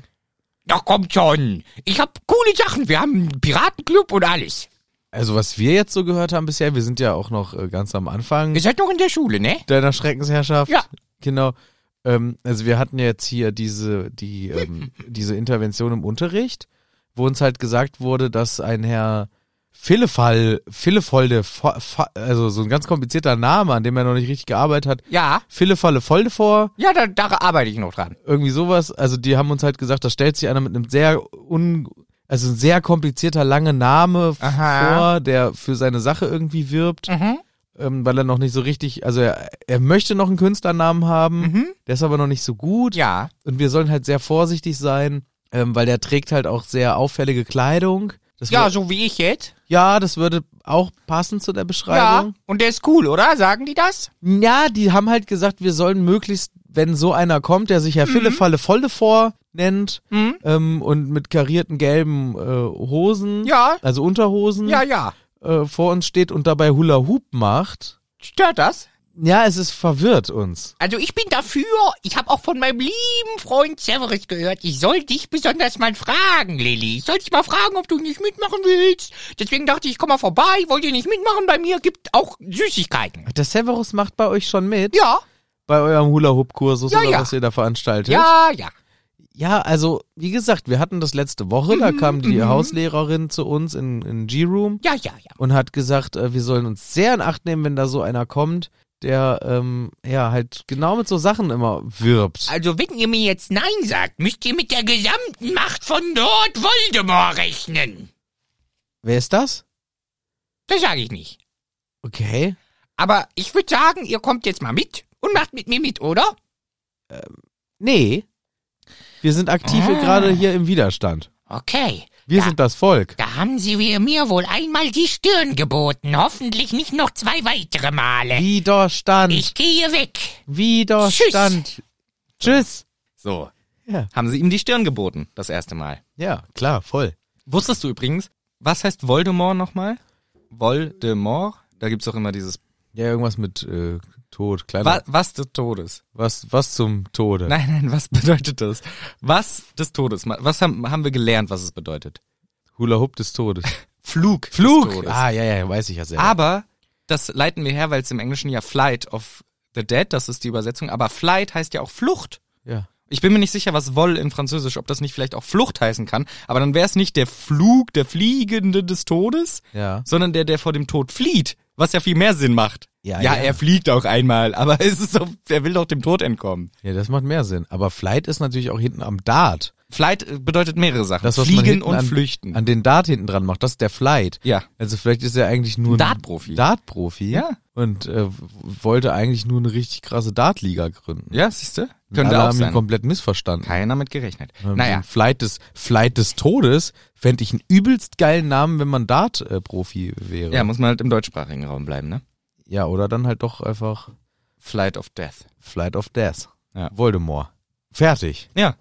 D: Doch kommt schon. Ich hab coole Sachen. Wir haben einen Piratenclub und alles.
B: Also was wir jetzt so gehört haben bisher, wir sind ja auch noch äh, ganz am Anfang
D: Ihr seid noch in der Schule, ne?
B: deiner Schreckensherrschaft.
D: Ja.
B: Genau. Ähm, also wir hatten ja jetzt hier diese, die, ähm, diese Intervention im Unterricht, wo uns halt gesagt wurde, dass ein Herr Philefall, Philefolde, Fa- Fa- also so ein ganz komplizierter Name, an dem er noch nicht richtig gearbeitet hat,
A: Ja,
B: Philefalle Folde vor,
A: ja, da, da arbeite ich noch dran.
B: irgendwie sowas. Also die haben uns halt gesagt, da stellt sich einer mit einem sehr un, also ein sehr komplizierter, langer Name
A: Aha.
B: vor, der für seine Sache irgendwie wirbt
A: Mhm.
B: ähm, weil er noch nicht so richtig, also er, er möchte noch einen Künstlernamen haben,
A: Mhm.
B: der ist aber noch nicht so gut.
A: Ja,
B: Und wir sollen halt sehr vorsichtig sein, ähm, weil der trägt halt auch sehr auffällige Kleidung. Das
D: Ja,
B: wär-
D: so wie ich jetzt.
B: ja, das würde auch passen zu der
D: Ja,
B: Beschreibung.
D: und der ist cool, oder? Sagen die das?
B: Ja, die haben halt gesagt, wir sollen möglichst, wenn so einer kommt, der sich Herr Fillefalle Foldevor nennt
D: Mhm.
B: ähm, und mit karierten gelben äh, Hosen,
D: Ja,
B: also Unterhosen,
D: ja, ja.
B: äh, vor uns steht und dabei Hula Hoop macht,
D: Stört das?
B: Ja, es ist verwirrt uns.
D: Also ich bin dafür, ich habe auch von meinem lieben Freund Severus gehört, ich soll dich besonders mal fragen, Lilly. Ich soll dich mal fragen, ob du nicht mitmachen willst. Deswegen dachte ich, ich komm mal vorbei, wollt ihr nicht mitmachen bei mir? Gibt auch Süßigkeiten.
B: Ach, Der Severus macht bei euch schon mit?
D: Ja,
B: Bei eurem Hula-Hoop-Kursus
D: Ja,
B: oder
D: ja.
B: was ihr da veranstaltet?
D: ja, ja.
B: Ja, also, wie gesagt, wir hatten das letzte Woche,
D: Mhm.
B: da kam die Hauslehrerin zu uns in, in G-Room
D: Ja, ja, ja.
B: und hat gesagt, äh, wir sollen uns sehr in Acht nehmen, wenn da so einer kommt, der, ähm, ja, halt genau mit so Sachen immer wirbt.
D: Also wenn ihr mir jetzt Nein sagt, müsst ihr mit der gesamten Macht von Lord Voldemort rechnen.
B: Wer ist das?
D: Das sage ich nicht.
B: Okay.
D: Aber ich würde sagen, ihr kommt jetzt mal mit und macht mit mir mit, oder?
B: Nee. Wir sind aktive
D: Ah.
B: gerade hier im Widerstand.
D: Okay.
B: Wir
D: Ja.
B: sind das Volk.
D: Da haben sie mir wohl einmal die Stirn geboten. Hoffentlich nicht noch zwei weitere Male.
B: Widerstand.
D: Ich gehe weg.
B: Widerstand. Tschüss.
A: So.
B: Ja.
A: Haben sie ihm die Stirn geboten, das erste Mal.
B: Ja, klar, voll.
A: Wusstest du übrigens, was heißt Voldemort nochmal? Voldemort? Da gibt's auch immer dieses
B: Ja, irgendwas mit äh, Tod, kleiner.
A: Wa was des Todes.
B: Was, was zum Tode?
A: Nein, nein, was bedeutet das? Was des Todes? Ma- Was haben, haben wir gelernt, was es bedeutet?
B: Hula Hoop des Todes.
A: Flug.
B: Flug!
A: Des Todes.
B: Ah, ja, ja, weiß ich ja selber.
A: Aber das leiten wir her, weil es im Englischen ja Flight of the Dead, das ist die Übersetzung, aber Flight heißt ja auch Flucht.
B: ja.
A: Ich bin mir nicht sicher, was Woll in Französisch, ob das nicht vielleicht auch Flucht heißen kann, aber dann wäre es nicht der Flug, der Fliegende des Todes,
B: Ja.
A: sondern der, der vor dem Tod flieht, was ja viel mehr Sinn macht.
B: Ja,
A: ja,
B: ja.
A: er fliegt auch einmal, aber es ist doch, er will doch dem Tod entkommen.
B: Ja, das macht mehr Sinn. Aber Flight ist natürlich auch hinten am Dart.
A: Flight äh, bedeutet mehrere Sachen.
B: Das, was man
A: Fliegen
B: hinten
A: und
B: an,
A: flüchten.
B: An den Dart hinten dran macht, das ist der Flight.
A: Ja.
B: Also vielleicht ist er eigentlich nur ein
A: Dartprofi.
B: Dartprofi.
A: Ja.
B: Und äh, w- wollte eigentlich nur eine richtig krasse Dartliga gründen.
A: ja, siehste?
B: Und
A: Könnte
B: alle
A: auch
B: haben ihn
A: sein.
B: komplett missverstanden.
A: Keiner mit gerechnet.
B: Ähm,
A: Naja,
B: Flight des, Flight des Todes fände ich einen übelst geilen Namen, wenn man Dart-Profi äh, wäre.
A: ja, muss man halt im deutschsprachigen Raum bleiben, ne?
B: ja, oder dann halt doch einfach
A: Flight of Death.
B: Flight of Death.
A: Ja.
B: Voldemort. Fertig.
A: Ja.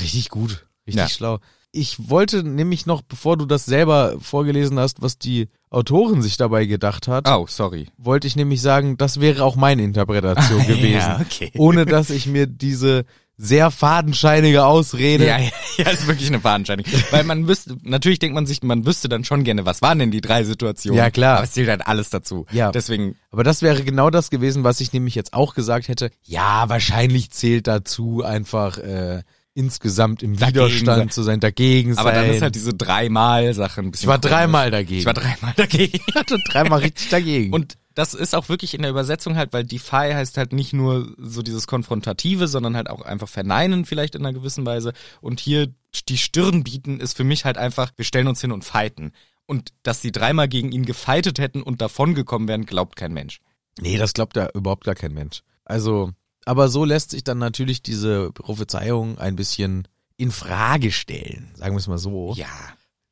B: Richtig gut. Richtig
A: Ja.
B: schlau. Ich wollte nämlich noch, bevor du das selber vorgelesen hast, was die Autorin sich dabei gedacht hat,
A: Oh, sorry.
B: wollte ich nämlich sagen, das wäre auch meine Interpretation gewesen.
A: okay.
B: Ohne dass ich mir diese sehr fadenscheinige Ausrede.
A: Ja, ja, ja, ist wirklich eine Fadenscheinung. Weil man wüsste, natürlich denkt man sich, man wüsste dann schon gerne, was waren denn die drei Situationen?
B: Ja, klar.
A: Aber es zählt halt alles dazu.
B: Ja.
A: Deswegen,
B: Aber das wäre genau das gewesen, was ich nämlich jetzt auch gesagt hätte. Ja, wahrscheinlich zählt dazu einfach äh, insgesamt im
A: Dagegen
B: Widerstand
A: sein.
B: zu sein, dagegen sein.
A: aber dann ist halt diese dreimal-Sache ein bisschen.
B: ich war
A: komisch.
B: dreimal dagegen.
A: Ich war dreimal dagegen.
B: hatte dreimal richtig dagegen.
A: Und das ist auch wirklich in der Übersetzung halt, weil Defy heißt halt nicht nur so dieses Konfrontative, sondern halt auch einfach verneinen vielleicht in einer gewissen Weise. Und hier die Stirn bieten ist für mich halt einfach, wir stellen uns hin und fighten. Und dass sie dreimal gegen ihn gefeitet hätten und davongekommen wären, glaubt kein Mensch.
B: nee, das glaubt ja überhaupt gar kein Mensch. Also, aber so lässt sich dann natürlich diese Prophezeiung ein bisschen in Frage stellen, sagen wir es mal so.
A: Ja.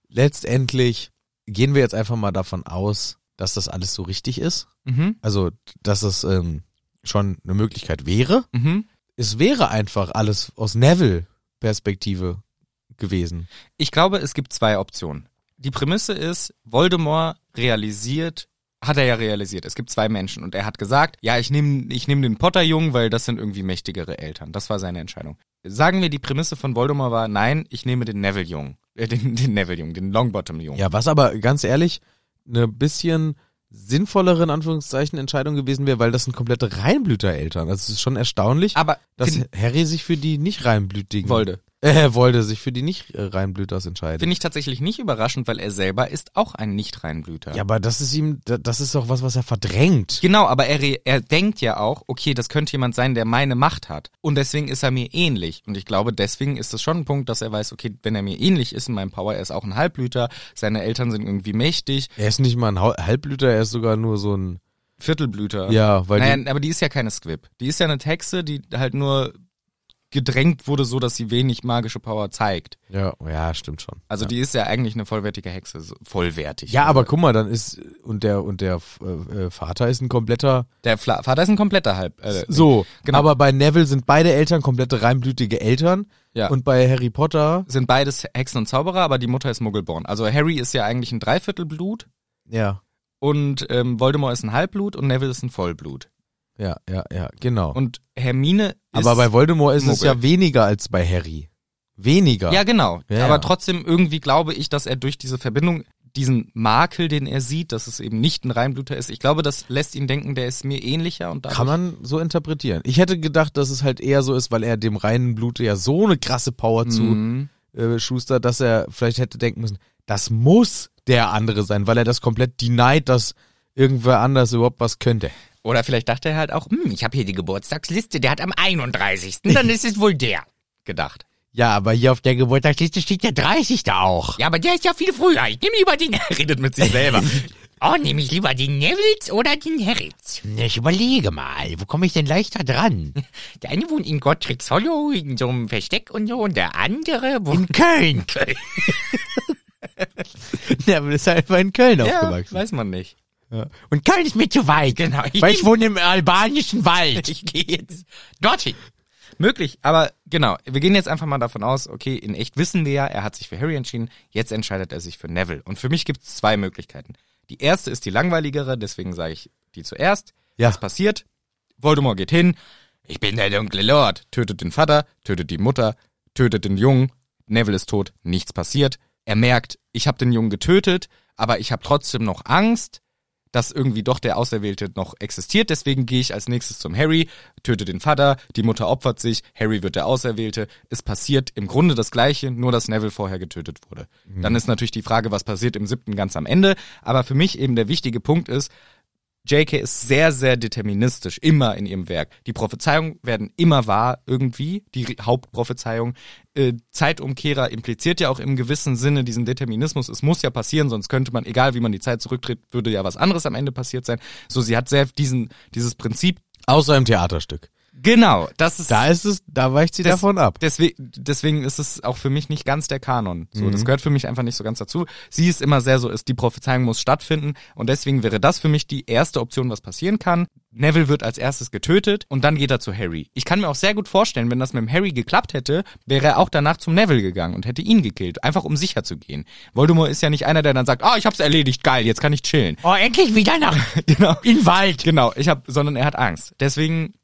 B: Letztendlich gehen wir jetzt einfach mal davon aus, dass das alles so richtig ist.
A: Mhm.
B: Also, dass das ähm, schon eine Möglichkeit wäre.
A: Mhm.
B: Es wäre einfach alles aus Neville-Perspektive gewesen.
A: Ich glaube, es gibt zwei Optionen. Die Prämisse ist, Voldemort realisiert, hat er ja realisiert, es gibt zwei Menschen und er hat gesagt, ja, ich nehme ich nehm den Potterjungen, weil das sind irgendwie mächtigere Eltern. Das war seine Entscheidung. Sagen wir, die Prämisse von Voldemort war, nein, ich nehme den Neville-Jungen, äh, den, den Neville-Jungen, den Longbottom-Jungen.
B: Ja, was aber ganz ehrlich eine bisschen sinnvollere in Anführungszeichen Entscheidung gewesen wäre, weil das sind komplette Reinblütereltern. Also es ist schon erstaunlich,
A: Aber
B: dass
A: finde
B: Harry sich für die nicht Reinblütigen
A: Wolde.
B: äh, wollte sich für die nicht äh, Reinblüters entscheiden.
A: find ich tatsächlich nicht überraschend, weil er selber ist auch ein Nicht-Reinblüter.
B: ja, aber das ist ihm, da- das ist auch was, was er verdrängt.
A: Genau, aber er, re- er denkt ja auch, okay, das könnte jemand sein, der meine Macht hat. Und deswegen ist er mir ähnlich. Und ich glaube, deswegen ist es schon ein Punkt, dass er weiß, okay, wenn er mir ähnlich ist in meinem Power, er ist auch ein Halbblüter, seine Eltern sind irgendwie mächtig,
B: Er ist nicht mal ein Hau- Halbblüter, er ist sogar nur so ein,
A: Viertelblüter.
B: ja, weil
A: naja, aber die ist ja keine Squib. Die ist ja eine Hexe, die halt nur gedrängt wurde, so dass sie wenig magische Power zeigt.
B: die, ja, ja, stimmt schon.
A: Also die ist ja eigentlich eine vollwertige Hexe, so- vollwertig.
B: Ja, aber guck mal, dann ist und der und der äh, äh, Vater ist ein kompletter
A: Der Fla Vater ist ein kompletter Halb. Äh,
B: so,
A: genau.
B: aber bei Neville sind beide Eltern komplette reinblütige Eltern
A: Ja.
B: und bei Harry Potter
A: sind beides Hexen und Zauberer, aber die Mutter ist Muggelborn. Also Harry ist ja eigentlich ein Dreiviertelblut.
B: ja,
A: und ähm, Voldemort ist ein Halbblut und Neville ist ein Vollblut.
B: ja, ja, ja, genau.
A: Und Hermine ist.
B: Aber bei Voldemort ist es
A: Muggel.
B: ja weniger als bei Harry. Weniger.
A: Ja, genau.
B: Ja, ja.
A: Aber trotzdem irgendwie glaube ich, dass er durch diese Verbindung diesen Makel, den er sieht, dass es eben nicht ein Reinbluter ist. Ich glaube, das lässt ihn denken, der ist mir ähnlicher und dadurch,
B: Kann man so interpretieren. Ich hätte gedacht, dass es halt eher so ist, weil er dem reinen Blute ja so eine krasse Power
A: Mhm.
B: zu äh, Schuster, dass er vielleicht hätte denken müssen, das muss der andere sein, weil er das komplett denied, dass irgendwer anders überhaupt was könnte.
A: Oder vielleicht dachte er halt auch hm,
D: Hm, ich habe hier die Geburtstagsliste, der hat am 31. Dann ist es wohl der.
A: gedacht.
B: Ja, aber hier auf der Geburtstagsliste steht der 30. auch.
D: Ja, aber der ist ja viel früher. Ich nehme lieber den.
A: Redet mit sich selber.
D: Oh, nehme ich lieber den Nevils oder den Herritz?
E: Ich überlege mal, wo komme ich denn leichter dran?
D: Der eine wohnt in Gottricks Hollow, in so einem Versteck und so, und der andere
E: In
D: wohnt.
E: Köln.
B: Ja, aber ist einfach in Köln aufgewachsen.
A: weiß man nicht.
E: Und Köln ist mir zu weit.
D: Genau, ich,
E: Weil ich wohne im albanischen Wald.
D: ich gehe jetzt dorthin.
A: Möglich, aber genau. Wir gehen jetzt einfach mal davon aus, okay, in echt wissen wir ja, er hat sich für Harry entschieden, jetzt entscheidet er sich für Neville. Und für mich gibt es zwei Möglichkeiten. Die erste ist die langweiligere, deswegen sage ich die zuerst.
B: Ja.
A: Was passiert? Voldemort geht hin, ich bin der dunkle Lord, tötet den Vater, tötet die Mutter, tötet den Jungen, Neville ist tot, nichts passiert. Er merkt, ich habe den Jungen getötet, aber ich habe trotzdem noch Angst, dass irgendwie doch der Auserwählte noch existiert. Deswegen gehe ich als nächstes zum Harry, töte den Vater, die Mutter opfert sich, Harry wird der Auserwählte. Es passiert im Grunde das Gleiche, nur dass Neville vorher getötet wurde. Dann ist natürlich die Frage, was passiert im siebten ganz am Ende. Aber für mich eben der wichtige Punkt ist, JK ist sehr, sehr deterministisch, immer in ihrem Werk. Die Prophezeiungen werden immer wahr, irgendwie, die Re- Hauptprophezeiung. Äh, Zeitumkehrer impliziert ja auch im gewissen Sinne diesen Determinismus. Es muss ja passieren, sonst könnte man, egal wie man die Zeit zurücktritt, würde ja was anderes am Ende passiert sein. So, sie hat sehr diesen, dieses Prinzip.
B: Außer im Theaterstück.
A: Genau, das ist.
B: Da ist es, da weicht sie
A: Des-
B: davon ab.
A: Deswegen, deswegen ist es auch für mich nicht ganz der Kanon. So,
B: Mhm.
A: das gehört für mich einfach nicht so ganz dazu. Sie ist immer sehr so, ist die Prophezeiung muss stattfinden und deswegen wäre das für mich die erste Option, was passieren kann. Neville wird als erstes getötet und dann geht er zu Harry. Ich kann mir auch sehr gut vorstellen, wenn das mit dem Harry geklappt hätte, wäre er auch danach zum Neville gegangen und hätte ihn gekillt, einfach um sicher zu gehen. Voldemort ist ja nicht einer, der dann sagt, ah, ich hab's erledigt, geil, jetzt kann ich chillen.
E: Oh, endlich wieder nach
A: Genau.
E: in den Wald.
A: Genau, ich hab, sondern er hat Angst. Deswegen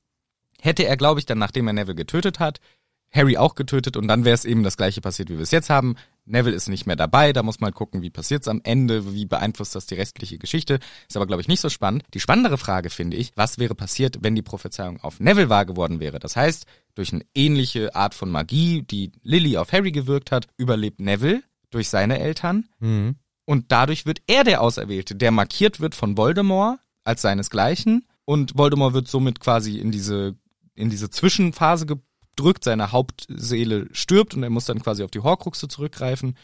A: hätte er, glaube ich, dann, nachdem er Neville getötet hat, Harry auch getötet und dann wäre es eben das gleiche passiert, wie wir es jetzt haben. Neville ist nicht mehr dabei, da muss man gucken, wie passiert's am Ende, wie beeinflusst das die restliche Geschichte. Ist aber, glaube ich, nicht so spannend. Die spannendere Frage finde ich, was wäre passiert, wenn die Prophezeiung auf Neville wahr geworden wäre? Das heißt, durch eine ähnliche Art von Magie, die Lily auf Harry gewirkt hat, überlebt Neville durch seine Eltern und dadurch wird er der Auserwählte, der markiert wird von Voldemort als seinesgleichen. Und Voldemort wird somit quasi in diese, in diese Zwischenphase gedrückt, seine Hauptseele stirbt und er muss dann quasi auf die Horcruxe zurückgreifen.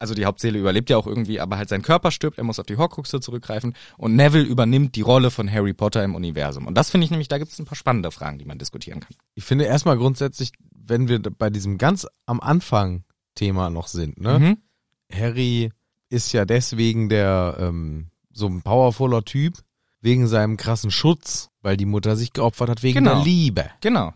A: Also die Hauptseele überlebt ja auch irgendwie, aber halt sein Körper stirbt, er muss auf die Horcruxe zurückgreifen und Neville übernimmt die Rolle von Harry Potter im Universum. Und das finde ich nämlich, da gibt es ein paar spannende Fragen, die man diskutieren kann.
B: Ich finde erstmal grundsätzlich, wenn wir bei diesem ganz am Anfang Thema noch sind, ne?
A: Mhm.
B: Harry ist ja deswegen der ähm, so ein powervoller Typ wegen seinem krassen Schutz, weil die Mutter sich geopfert hat wegen
A: Genau.
B: der Liebe.
A: Genau.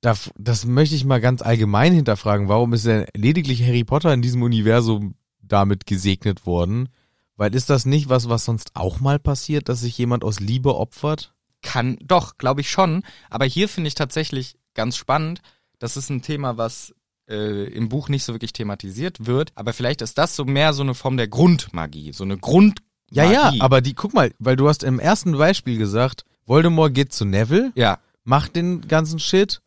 B: Da, das möchte ich mal ganz allgemein hinterfragen. Warum ist denn lediglich Harry Potter in diesem Universum damit gesegnet worden? Weil ist das nicht was, was sonst auch mal passiert, dass sich jemand aus Liebe opfert?
A: kann, doch, glaube ich schon. Aber hier finde ich tatsächlich ganz spannend, das ist ein Thema, was äh, im Buch nicht so wirklich thematisiert wird. Aber vielleicht ist das so mehr so eine Form der Grundmagie, so eine Grundmagie.
B: Ja, ja, aber die, guck mal, weil du hast im ersten Beispiel gesagt, Voldemort geht zu Neville,
A: Ja,
B: macht den ganzen Shit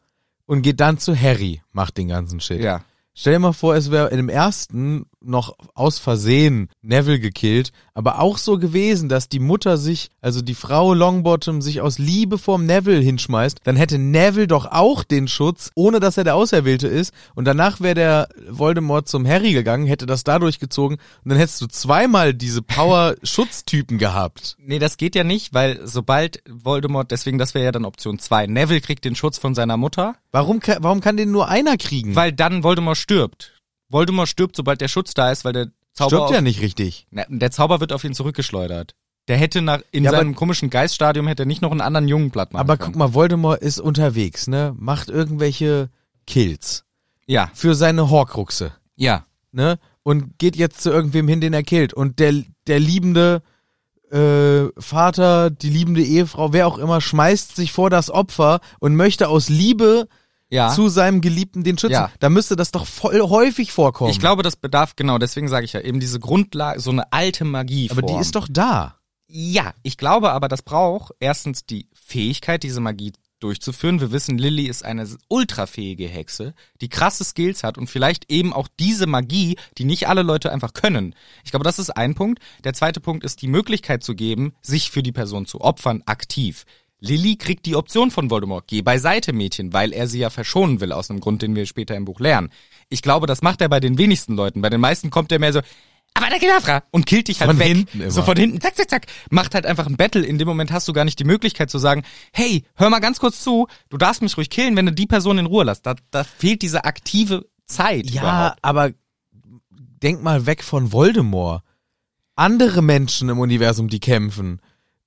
B: und geht dann zu Harry, macht den ganzen Shit.
A: ja.
B: Stell dir mal vor, es wäre im ersten noch aus Versehen Neville gekillt, aber auch so gewesen, dass die Mutter sich, also die Frau Longbottom sich aus Liebe vorm Neville hinschmeißt, dann hätte Neville doch auch den Schutz, ohne dass er der Auserwählte ist, und danach wäre der Voldemort zum Harry gegangen, hätte das dadurch gezogen, und dann hättest du zweimal diese Power-Schutztypen gehabt.
A: Nee, das geht ja nicht, weil sobald Voldemort, deswegen, das wäre ja dann Option zwei Neville kriegt den Schutz von seiner Mutter,
B: Warum, ka- warum kann den nur einer kriegen?
A: weil dann Voldemort stirbt. Voldemort stirbt, sobald der Schutz da ist, weil der Zauber
B: Stirbt
A: auf,
B: ja nicht richtig.
A: Na, der Zauber wird auf ihn zurückgeschleudert. Der hätte nach, in
B: Ja, aber-
A: seinem komischen Geiststadium hätte er nicht noch einen anderen Jungen platt machen
B: Aber
A: können.
B: guck mal, Voldemort ist unterwegs, ne? Macht irgendwelche Kills.
A: Ja,
B: für seine Horcruxe,
A: ja.
B: ne? Und geht jetzt zu irgendwem hin, den er killt. Und der, der liebende äh, Vater, die liebende Ehefrau, wer auch immer, schmeißt sich vor das Opfer und möchte aus Liebe
A: Ja.
B: zu seinem Geliebten den schützen.
A: Ja.
B: Da müsste das doch voll häufig vorkommen.
A: ich glaube, das bedarf, genau, deswegen sage ich ja eben diese Grundlage, so eine alte Magie.
B: aber die ist doch da.
A: Ja, ich glaube aber, das braucht erstens die Fähigkeit, diese Magie durchzuführen. Wir wissen, Lilly ist eine ultrafähige Hexe, die krasse Skills hat und vielleicht eben auch diese Magie, die nicht alle Leute einfach können. Ich glaube, das ist ein Punkt. Der zweite Punkt ist, die Möglichkeit zu geben, sich für die Person zu opfern, aktiv. Lilly kriegt die Option von Voldemort, geh beiseite, Mädchen, weil er sie ja verschonen will, aus einem Grund, den wir später im Buch lernen. Ich glaube, das macht er bei den wenigsten Leuten. Bei den meisten kommt er mehr so, aber der Kedavra! Und killt dich halt
B: Von
A: weg.
B: hinten immer.
A: So von hinten, zack, zack, zack. Macht halt einfach ein Battle. In dem Moment hast du gar nicht die Möglichkeit zu sagen, hey, hör mal ganz kurz zu, du darfst mich ruhig killen, wenn du die Person in Ruhe lässt. Da, da fehlt diese aktive Zeit
B: Ja,
A: überhaupt.
B: aber denk mal weg von Voldemort. Andere Menschen im Universum, die kämpfen,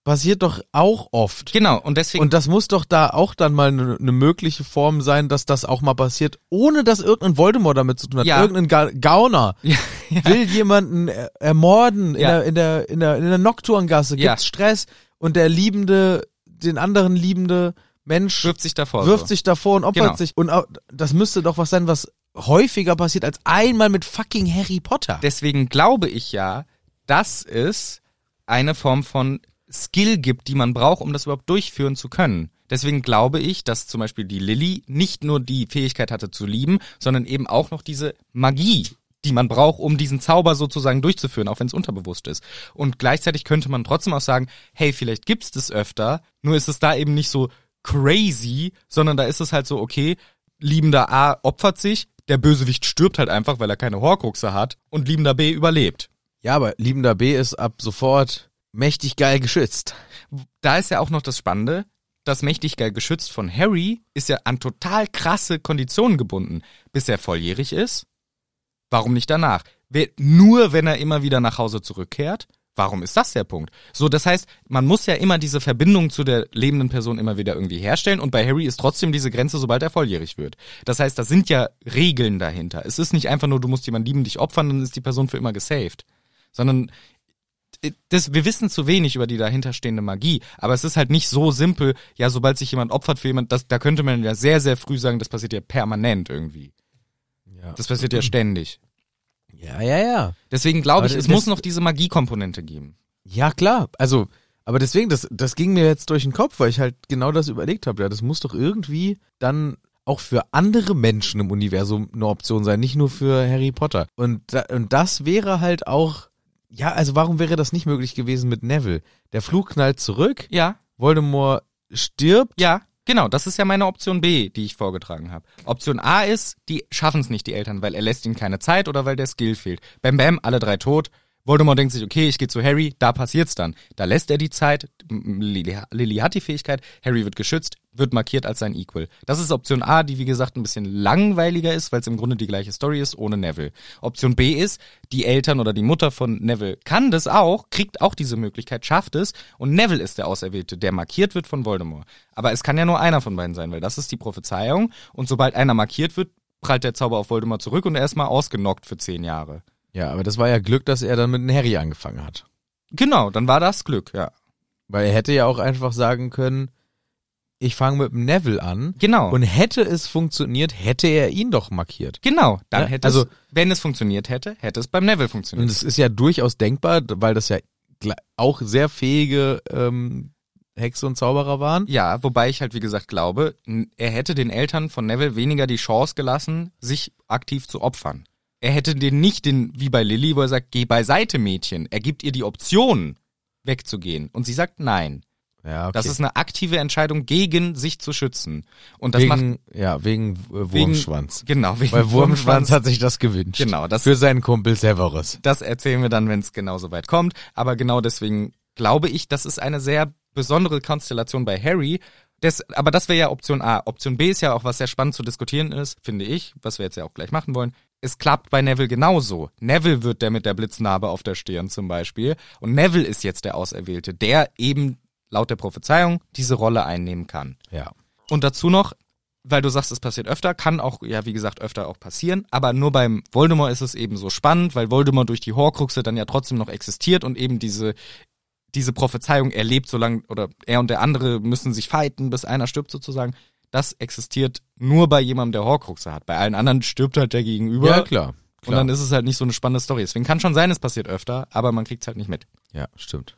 B: passiert doch auch oft.
A: Genau, und deswegen
B: Und das muss doch da auch dann mal eine ne mögliche Form sein, dass das auch mal passiert, ohne dass irgendein Voldemort damit zu tun hat.
A: Ja.
B: Irgendein Ga Gauner
A: Ja, ja.
B: will jemanden äh, ermorden in,
A: Ja.
B: der, in, der, in, der, in der Nocturngasse,
A: Ja.
B: gibt's Stress und der liebende, den anderen liebende Mensch
A: wirft sich davor.
B: wirft
A: so.
B: sich davor und opfert
A: Genau.
B: sich. Und au- das müsste doch was sein, was häufiger passiert als einmal mit fucking Harry Potter.
A: Deswegen glaube ich ja, dass es eine Form von Skill gibt, die man braucht, um das überhaupt durchführen zu können. Deswegen glaube ich, dass zum Beispiel die Lilly nicht nur die Fähigkeit hatte zu lieben, sondern eben auch noch diese Magie, die man braucht, um diesen Zauber sozusagen durchzuführen, auch wenn es unterbewusst ist. Und gleichzeitig könnte man trotzdem auch sagen, hey, vielleicht gibt's das öfter, nur ist es da eben nicht so crazy, sondern da ist es halt so, okay, liebender A opfert sich, der Bösewicht stirbt halt einfach, weil er keine Horcruxe hat und liebender B überlebt.
B: ja, aber liebender B ist ab sofort mächtig geil geschützt.
A: Da ist ja auch noch das Spannende, das mächtig geil geschützt von Harry ist ja an total krasse Konditionen gebunden, bis er volljährig ist. Warum nicht danach? Wer- Nur wenn er immer wieder nach Hause zurückkehrt. Warum ist das der Punkt? So, das heißt, man muss ja immer diese Verbindung zu der lebenden Person immer wieder irgendwie herstellen und bei Harry ist trotzdem diese Grenze, sobald er volljährig wird. Das heißt, da sind ja Regeln dahinter. Es ist nicht einfach nur, du musst jemanden lieben, dich opfern, dann ist die Person für immer gesaved. Sondern das, wir wissen zu wenig über die dahinterstehende Magie, aber es ist halt nicht so simpel, ja, sobald sich jemand opfert für jemand, das, da könnte man ja sehr, sehr früh sagen, das passiert ja permanent irgendwie.
B: Ja.
A: Das passiert ja ständig.
B: Ja, ja, ja.
A: Deswegen glaube
B: Aber
A: ich,
B: das-
A: es muss
B: das-
A: noch diese Magiekomponente geben.
B: Ja, klar. Also, aber deswegen, das, das ging mir jetzt durch den Kopf, weil ich halt genau das überlegt habe. Ja, das muss doch irgendwie dann auch für andere Menschen im Universum eine Option sein, nicht nur für Harry Potter. Und, da, und das wäre halt auch, ja, also warum wäre das nicht möglich gewesen mit Neville? Der Flug knallt zurück,
A: Ja,
B: Voldemort stirbt.
A: ja, genau. Das ist ja meine Option B, die ich vorgetragen habe. Option A ist, die schaffen es nicht, die Eltern, weil er lässt ihnen keine Zeit oder weil der Skill fehlt. Bam, bam, alle drei tot. Voldemort denkt sich, okay, ich gehe zu Harry, da passiert's dann. Da lässt er die Zeit, M- M- Lily Lily hat die Fähigkeit, Harry wird geschützt, wird markiert als sein Equal. Das ist Option A, die wie gesagt ein bisschen langweiliger ist, weil es im Grunde die gleiche Story ist, ohne Neville. Option B ist, die Eltern oder die Mutter von Neville kann das auch, kriegt auch diese Möglichkeit, schafft es und Neville ist der Auserwählte, der markiert wird von Voldemort. Aber es kann ja nur einer von beiden sein, weil das ist die Prophezeiung und sobald einer markiert wird, prallt der Zauber auf Voldemort zurück und er ist mal ausgenockt für zehn Jahre.
B: Ja, aber das war ja Glück, dass er dann mit dem Harry angefangen hat.
A: Genau, dann war das Glück, ja.
B: Weil er hätte ja auch einfach sagen können, ich fange mit dem Neville an.
A: Genau.
B: Und hätte es funktioniert, hätte er ihn doch markiert.
A: Genau, dann
B: Ja,
A: hätte es,
B: also-
A: wenn es funktioniert hätte, hätte es beim Neville
B: Und
A: funktioniert.
B: es ist ja durchaus denkbar, d- weil das ja gle- auch sehr fähige ähm, Hexe und Zauberer waren.
A: Ja, wobei ich halt wie gesagt glaube, n- er hätte den Eltern von Neville weniger die Chance gelassen, sich aktiv zu opfern. Er hätte den nicht den wie bei Lilly, wo er sagt, geh beiseite Mädchen. Er gibt ihr die Option wegzugehen und sie sagt nein.
B: Ja, okay.
A: Das ist eine aktive Entscheidung gegen sich zu schützen und das
B: wegen,
A: macht
B: ja, wegen
A: wegen-
B: äh, Wurmschwanz.
A: Genau, wegen
B: Weil Wurmschwanz hat sich das gewünscht.
A: Genau, das-
B: Für seinen Kumpel Severus.
A: Das erzählen wir dann, wenn es genau so weit kommt. Aber genau deswegen glaube ich, das ist eine sehr besondere Konstellation bei Harry. Das, aber das wäre ja Option A. Option B ist ja auch was sehr spannend zu diskutieren ist, finde ich, was wir jetzt ja auch gleich machen wollen. Es klappt bei Neville genauso. Neville wird der mit der Blitznarbe auf der Stirn zum Beispiel. Und Neville ist jetzt der Auserwählte, der eben laut der Prophezeiung diese Rolle einnehmen kann.
B: Ja.
A: Und dazu noch, weil du sagst, es passiert öfter, kann auch, ja, wie gesagt, öfter auch passieren. Aber nur beim Voldemort ist es eben so spannend, weil Voldemort durch die Horcruxe dann ja trotzdem noch existiert und eben diese, diese Prophezeiung erlebt, solange, oder er und der andere müssen sich fighten, bis einer stirbt sozusagen. Das existiert nur bei jemandem, der Horcruxe hat. Bei allen anderen stirbt halt der Gegenüber.
B: Ja, klar.
A: Und dann ist es halt nicht so eine spannende Story. Deswegen kann schon sein, es passiert öfter, aber man kriegt es halt nicht mit.
B: ja, stimmt.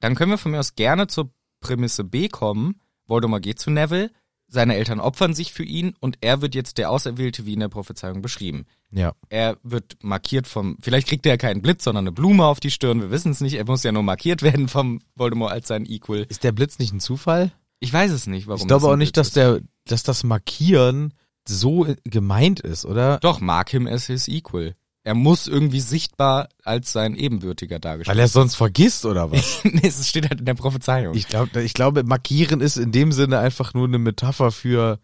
A: Dann können wir von mir aus gerne zur Prämisse B kommen. Voldemort geht zu Neville, seine Eltern opfern sich für ihn und er wird jetzt der Auserwählte, wie in der Prophezeiung beschrieben.
B: Ja.
A: Er wird markiert vom, vielleicht kriegt er ja keinen Blitz, sondern eine Blume auf die Stirn, wir wissen es nicht. Er muss ja nur markiert werden vom Voldemort als sein Equal.
B: Ist der Blitz nicht ein Zufall?
A: Ich weiß es nicht, warum.
B: ich glaube
A: das ein
B: auch nicht,
A: Blitz
B: dass der, dass das Markieren so äh, gemeint ist, oder?
A: ist. Doch, mark him as his Equal. Er muss irgendwie sichtbar als sein Ebenbürtiger dargestellt
B: Weil er es sonst vergisst, oder was?
A: werden. nee, es steht halt in der Prophezeiung.
B: ich, glaub, ich glaube, Markieren ist in dem Sinne einfach nur eine Metapher für,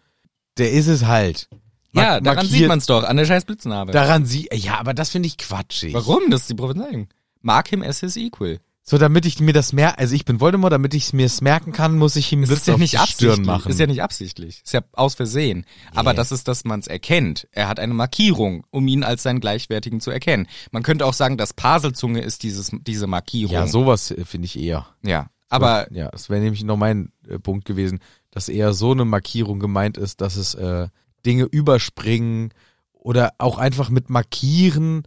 B: der ist es halt. Mark-
A: ja, daran
B: markiert-
A: sieht man es doch, an der scheiß Blitznarbe.
B: Daran sie, ja, aber das finde ich quatschig.
A: Warum? Das ist die Prophezeiung. Mark him as his equal.
B: So, damit ich mir das mehr, also ich bin Voldemort, damit ich mir es merken kann, muss ich ihm
A: Das
B: Blitz
A: ist ja
B: auf
A: nicht
B: die Stirn
A: absichtlich.
B: machen.
A: Ist ja nicht absichtlich. Ist ja aus Versehen. Aber das ist, dass man es erkennt. Er hat eine Markierung, um ihn als seinen Gleichwertigen zu erkennen. Man könnte auch sagen, dass Paselzunge ist dieses, diese Markierung.
B: ja, sowas äh, finde ich eher.
A: Ja. Aber
B: ja, das wäre nämlich noch mein äh, Punkt gewesen, dass eher so eine Markierung gemeint ist, dass es äh, Dinge überspringen oder auch einfach mit markieren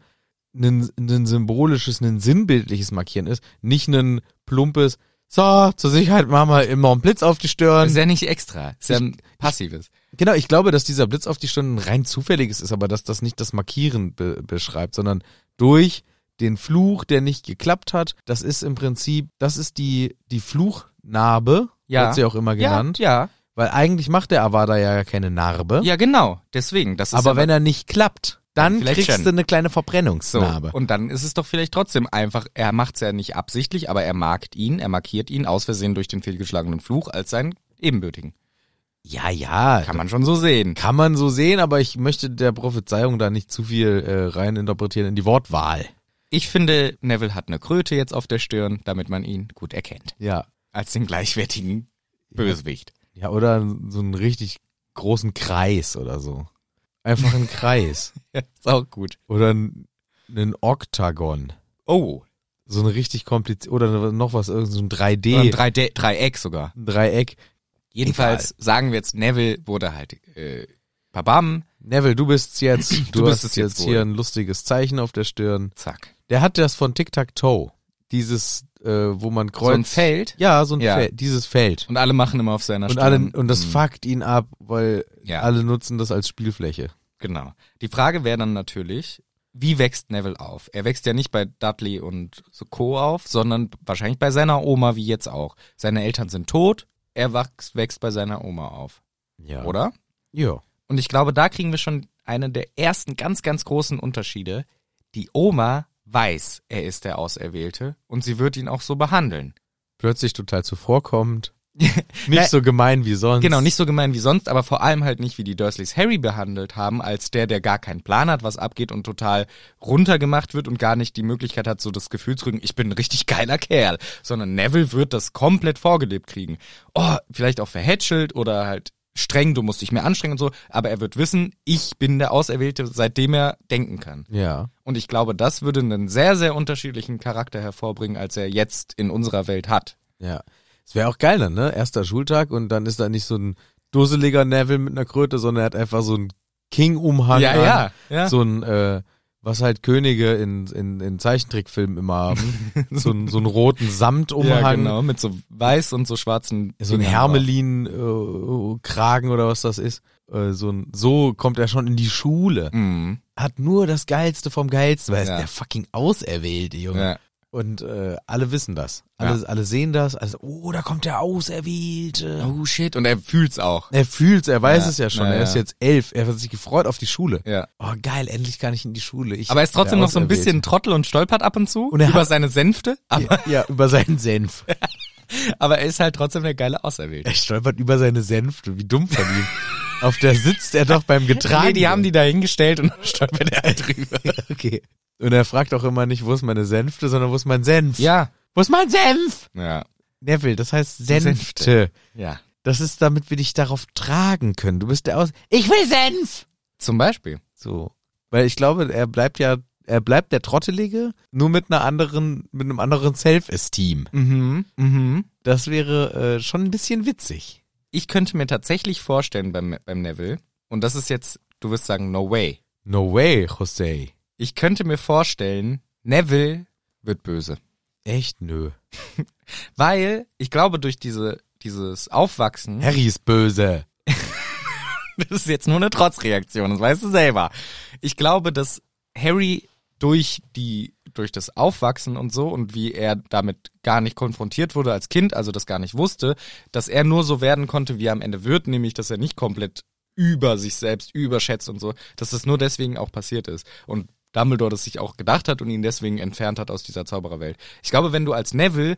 B: ein, ein symbolisches, ein sinnbildliches Markieren ist, nicht ein plumpes, so, zur Sicherheit machen wir immer einen Blitz auf die Stirn.
A: ist ja nicht extra. Ist ja ein passives.
B: Genau, ich glaube, dass dieser Blitz auf die Stirn ein rein zufälliges ist, aber dass das nicht das Markieren be beschreibt, sondern durch den Fluch, der nicht geklappt hat, das ist im Prinzip, das ist die, die Fluchnarbe,
A: Ja.
B: wird sie auch immer genannt,
A: Ja,
B: weil eigentlich macht der Avada ja keine Narbe,
A: ja, ja, genau. Deswegen. Das ist
B: aber wenn er nicht klappt, dann
A: Vielleicht
B: kriegst
A: schon.
B: du eine kleine
A: So,
B: Verbrennungsnarbe.
A: und dann ist es doch vielleicht trotzdem einfach, er macht's ja nicht absichtlich, aber er markt ihn, er markiert ihn aus Versehen durch den fehlgeschlagenen Fluch als seinen Ebenbürtigen.
B: ja, ja,
A: Kann man schon so sehen.
B: kann man so sehen, aber ich möchte der Prophezeiung da nicht zu viel äh, reininterpretieren in die Wortwahl.
A: Ich finde, Neville hat eine Kröte jetzt auf der Stirn, damit man ihn gut erkennt.
B: Ja,
A: Als den gleichwertigen Bösewicht.
B: Ja, oder so einen richtig großen Kreis oder so. Einfach einen Kreis.
A: Ja, ist auch gut.
B: Oder n- einen Oktagon.
A: Oh,
B: So eine richtig kompliziert oder noch was, irgend so ein
A: oder ein
B: 3D,
A: drei Dreieck sogar.
B: ein Dreieck.
A: Jedenfalls sagen wir jetzt, Neville wurde halt äh, Babam,
B: Neville, du bist jetzt, du,
A: bist
B: hast
A: es jetzt
B: jetzt
A: wohl.
B: hier ein lustiges Zeichen auf der Stirn.
A: zack.
B: Der hat das von Tic-Tac-Toe. Dieses, äh, wo man
A: So
B: kreuzt.
A: ein Feld
B: Ja, so ein
A: Ja.
B: Feld, dieses Feld.
A: und alle machen immer auf seiner
B: Und,
A: Stirn.
B: alle, und das
A: Mhm.
B: fuckt ihn ab, weil
A: Ja.
B: alle nutzen das als Spielfläche.
A: Genau. Die Frage wäre dann natürlich, wie wächst Neville auf? Er wächst ja nicht bei Dudley und so Co. auf, sondern wahrscheinlich bei seiner Oma, wie jetzt auch. Seine Eltern sind tot, er wachs- wächst bei seiner Oma auf,
B: Ja. Oder?
A: oder?
B: Ja.
A: Und ich glaube, da kriegen wir schon einen der ersten ganz, ganz großen Unterschiede. Die Oma weiß, er ist der Auserwählte und sie wird ihn auch so behandeln.
B: Plötzlich total zuvorkommend.
A: Na,
B: Nicht so gemein wie sonst.
A: Genau, nicht so gemein wie sonst, aber vor allem halt nicht wie die Dursleys Harry behandelt haben, als der, der gar keinen Plan hat, was abgeht und total runtergemacht wird und gar nicht die Möglichkeit hat, so das Gefühl zu kriegen, ich bin ein richtig geiler Kerl, sondern Neville wird das komplett vorgelebt kriegen. Oh, vielleicht auch verhätschelt oder halt streng, du musst dich mehr anstrengen und so, aber er wird wissen, ich bin der Auserwählte, seitdem er denken kann.
B: Ja.
A: Und ich glaube, das würde einen sehr, sehr unterschiedlichen Charakter hervorbringen, als er jetzt in unserer Welt hat.
B: Ja. Es wäre auch geil dann, ne? Erster Schultag und dann ist da nicht so ein dusseliger Neville mit einer Kröte, sondern er hat einfach so einen King-Umhang.
A: Ja,
B: an.
A: ja, ja.
B: So ein, äh, was halt Könige in, in, in Zeichentrickfilmen immer haben. so, einen, so einen roten Samtumhang.
A: Ja, genau, mit so weiß und so schwarzen.
B: So ein
A: Dingern drauf.
B: Hermelin-Kragen oder was das ist. Äh, So, ein, so kommt er schon in die Schule.
A: Mhm.
B: Hat nur das Geilste vom Geilsten, weil er
A: Ja.
B: ist der fucking Auserwählte, Junge.
A: Ja.
B: Und äh, alle wissen das. Alle, alle sehen das. Also, oh, da kommt der Auserwählte.
A: Oh shit, und er fühlt's auch.
B: Er fühlt's, er weiß
A: Ja,
B: es ja schon.
A: na
B: er
A: ja.
B: ist jetzt elf. Er hat sich gefreut auf die Schule.
A: Ja.
B: Oh, geil, endlich kann ich in die Schule. Ich,
A: Aber er ist trotzdem
B: der
A: noch so ein bisschen Trottel und stolpert ab und zu
B: Und er
A: über
B: hat-
A: seine Sänfte, aber,
B: Auserwählte. Ja, über seinen Senf.
A: aber er ist halt trotzdem der geile Auserwählte.
B: Er stolpert über seine Sänfte. Wie dumm von ihm. auf der sitzt er doch beim Getragen.
A: Nee, die haben die da hingestellt und dann stolpert er halt drüber.
B: Okay. Und er fragt auch immer nicht, wo ist meine Sänfte, sondern wo ist mein Senf?
A: Ja.
B: Wo ist mein Senf?
A: Ja.
B: Neville, das heißt
A: Sänfte.
B: Sänfte.
A: Ja.
B: Das ist, damit wir dich darauf tragen können. Du bist der Aus... Ich will Senf!
A: Zum Beispiel.
B: So. Weil ich glaube, er bleibt ja er bleibt der Trottelige, nur mit einer anderen, mit einem anderen Self-Esteem.
A: Mhm, mhm.
B: Das wäre äh, schon ein bisschen witzig.
A: Ich könnte mir tatsächlich vorstellen beim, beim Neville, und das ist jetzt, du wirst sagen, no way.
B: No way, Jose.
A: Ich könnte mir vorstellen, Neville wird böse.
B: Echt nö.
A: Weil, ich glaube, durch diese, dieses Aufwachsen,
B: Harry ist böse.
A: das ist jetzt nur eine Trotzreaktion, das weißt du selber. Ich glaube, dass Harry durch die durch das Aufwachsen und so und wie er damit gar nicht konfrontiert wurde als Kind, also das gar nicht wusste, dass er nur so werden konnte, wie er am Ende wird, nämlich dass er nicht komplett über sich selbst überschätzt und so, dass das nur deswegen auch passiert ist und Dumbledore das sich auch gedacht hat und ihn deswegen entfernt hat aus dieser Zaubererwelt. Ich glaube, wenn du als Neville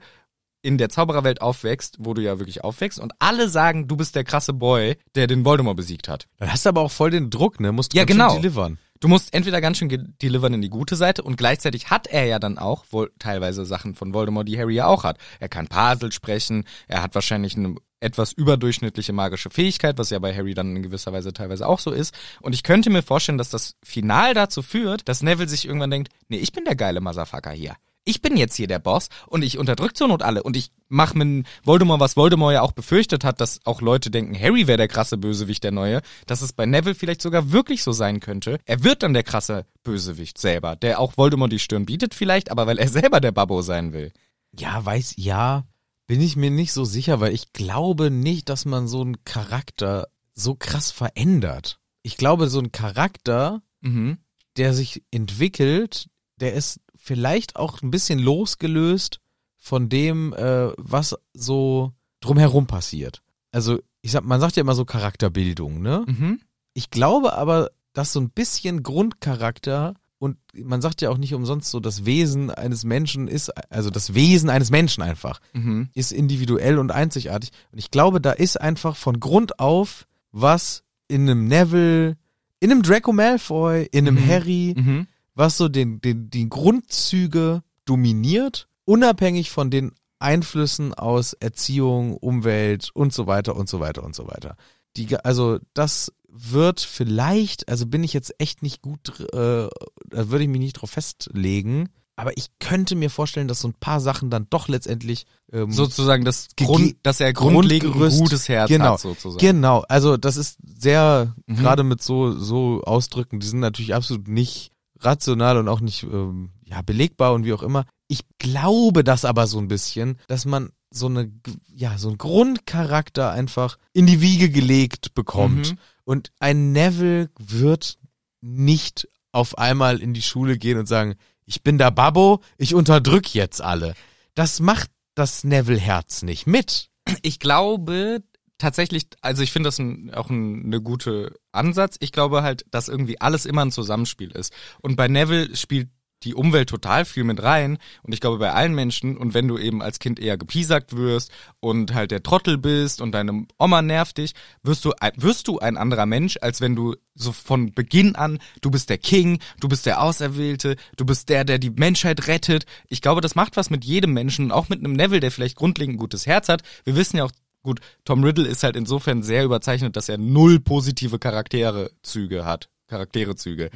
A: in der Zaubererwelt aufwächst, wo du ja wirklich aufwächst und alle sagen, du bist der krasse Boy, der den Voldemort besiegt hat.
B: Dann hast du aber auch voll den Druck, ne? Musst du
A: Ja,
B: ganz schön
A: genau.
B: delivern.
A: Du musst entweder ganz schön ge- delivern in die gute Seite und gleichzeitig hat er ja dann auch wohl teilweise Sachen von Voldemort, die Harry ja auch hat. Er kann Parsel sprechen, er hat wahrscheinlich eine etwas überdurchschnittliche magische Fähigkeit, was ja bei Harry dann in gewisser Weise teilweise auch so ist. Und ich könnte mir vorstellen, dass das final dazu führt, dass Neville sich irgendwann denkt, nee, ich bin der geile Motherfucker hier. Ich bin jetzt hier der Boss und ich unterdrück zur Not alle und ich mach mit Voldemort, was Voldemort ja auch befürchtet hat, dass auch Leute denken, Harry wäre der krasse Bösewicht der Neue, dass es bei Neville vielleicht sogar wirklich so sein könnte. Er wird dann der krasse Bösewicht selber, der auch Voldemort die Stirn bietet vielleicht, aber weil er selber der Babbo sein will.
B: Ja, weiß, ja, bin ich mir nicht so sicher, weil ich glaube nicht, dass man so einen Charakter so krass verändert. Ich glaube, so ein Charakter,
A: Mhm.
B: der sich entwickelt, der ist vielleicht auch ein bisschen losgelöst von dem, äh, was so drumherum passiert. Also, ich sag, man sagt ja immer so Charakterbildung, ne?
A: Mhm.
B: Ich glaube aber, dass so ein bisschen Grundcharakter und man sagt ja auch nicht umsonst so, das Wesen eines Menschen ist, also das Wesen eines Menschen einfach,
A: Mhm.
B: ist individuell und einzigartig. Und ich glaube, da ist einfach von Grund auf, was in einem Neville, in einem Draco Malfoy, in einem
A: Mhm.
B: Harry,
A: Mhm.
B: was so den, den, die Grundzüge dominiert, unabhängig von den Einflüssen aus Erziehung, Umwelt und so weiter und so weiter und so weiter. Die, ge- also das wird vielleicht, also bin ich jetzt echt nicht gut, dr- äh, da würde ich mich nicht drauf festlegen, aber ich könnte mir vorstellen, dass so ein paar Sachen dann doch letztendlich ähm,
A: Sozusagen das
B: Ge-
A: Grund, dass er grundlegend ein
B: Grundgerüst.
A: gutes Herz
B: Genau.
A: hat sozusagen.
B: Genau, also das ist sehr,
A: Mhm.
B: gerade mit so, so Ausdrücken, die sind natürlich absolut nicht rational und auch nicht ähm, ja, belegbar und wie auch immer. Ich glaube das aber so ein bisschen, dass man so eine, g- ja, so einen Grundcharakter einfach in die Wiege gelegt bekommt.
A: Mhm.
B: Und ein Neville wird nicht auf einmal in die Schule gehen und sagen, ich bin der Babbo, ich unterdrück jetzt alle. Das macht das Neville-Herz nicht mit.
A: ich glaube tatsächlich, also ich finde das ein, auch ein, eine gute Ansatz. Ich glaube halt, dass irgendwie alles immer ein Zusammenspiel ist. Und bei Neville spielt die Umwelt total viel mit rein und ich glaube bei allen Menschen und wenn du eben als Kind eher gepiesackt wirst und halt der Trottel bist und deine Oma nervt dich, wirst du ein- wirst du ein anderer Mensch, als wenn du so von Beginn an, du bist der King, du bist der Auserwählte, du bist der, der die Menschheit rettet. Ich glaube, das macht was mit jedem Menschen, und auch mit einem Neville, der vielleicht grundlegend ein gutes Herz hat. Wir wissen ja auch, gut, Tom Riddle ist halt insofern sehr überzeichnet, dass er null positive Charaktere Züge hat. Charaktere Züge.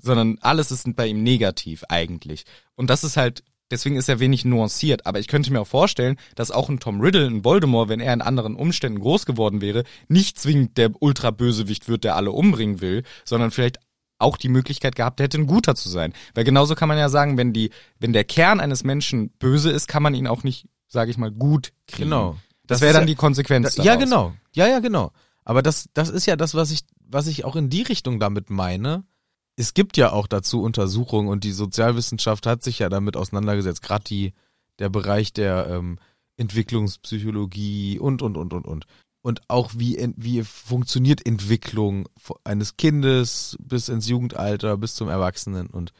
A: Sondern alles ist bei ihm negativ eigentlich. Und das ist halt, deswegen ist er wenig nuanciert. Aber ich könnte mir auch vorstellen, dass auch ein Tom Riddle, ein Voldemort, wenn er in anderen Umständen groß geworden wäre, nicht zwingend der Ultra-Bösewicht wird, der alle umbringen will, sondern vielleicht auch die Möglichkeit gehabt hätte, ein Guter zu sein. Weil genauso kann man ja sagen, wenn die, wenn der Kern eines Menschen böse ist, kann man ihn auch nicht, sage ich mal, gut kriegen.
B: Genau.
A: Das,
B: Das
A: wäre
B: ist
A: dann
B: ja-
A: die Konsequenz.
B: Da, ja,
A: daraus.
B: genau. Ja, ja, genau. Aber das, das ist ja das, was ich, was ich auch in die Richtung damit meine. Es gibt ja auch dazu Untersuchungen und die Sozialwissenschaft hat sich ja damit auseinandergesetzt. Gerade die, der Bereich der ähm, Entwicklungspsychologie und, und, und, und, und. Und auch wie, ent- wie funktioniert Entwicklung vo- eines Kindes bis ins Jugendalter, bis zum Erwachsenen. Und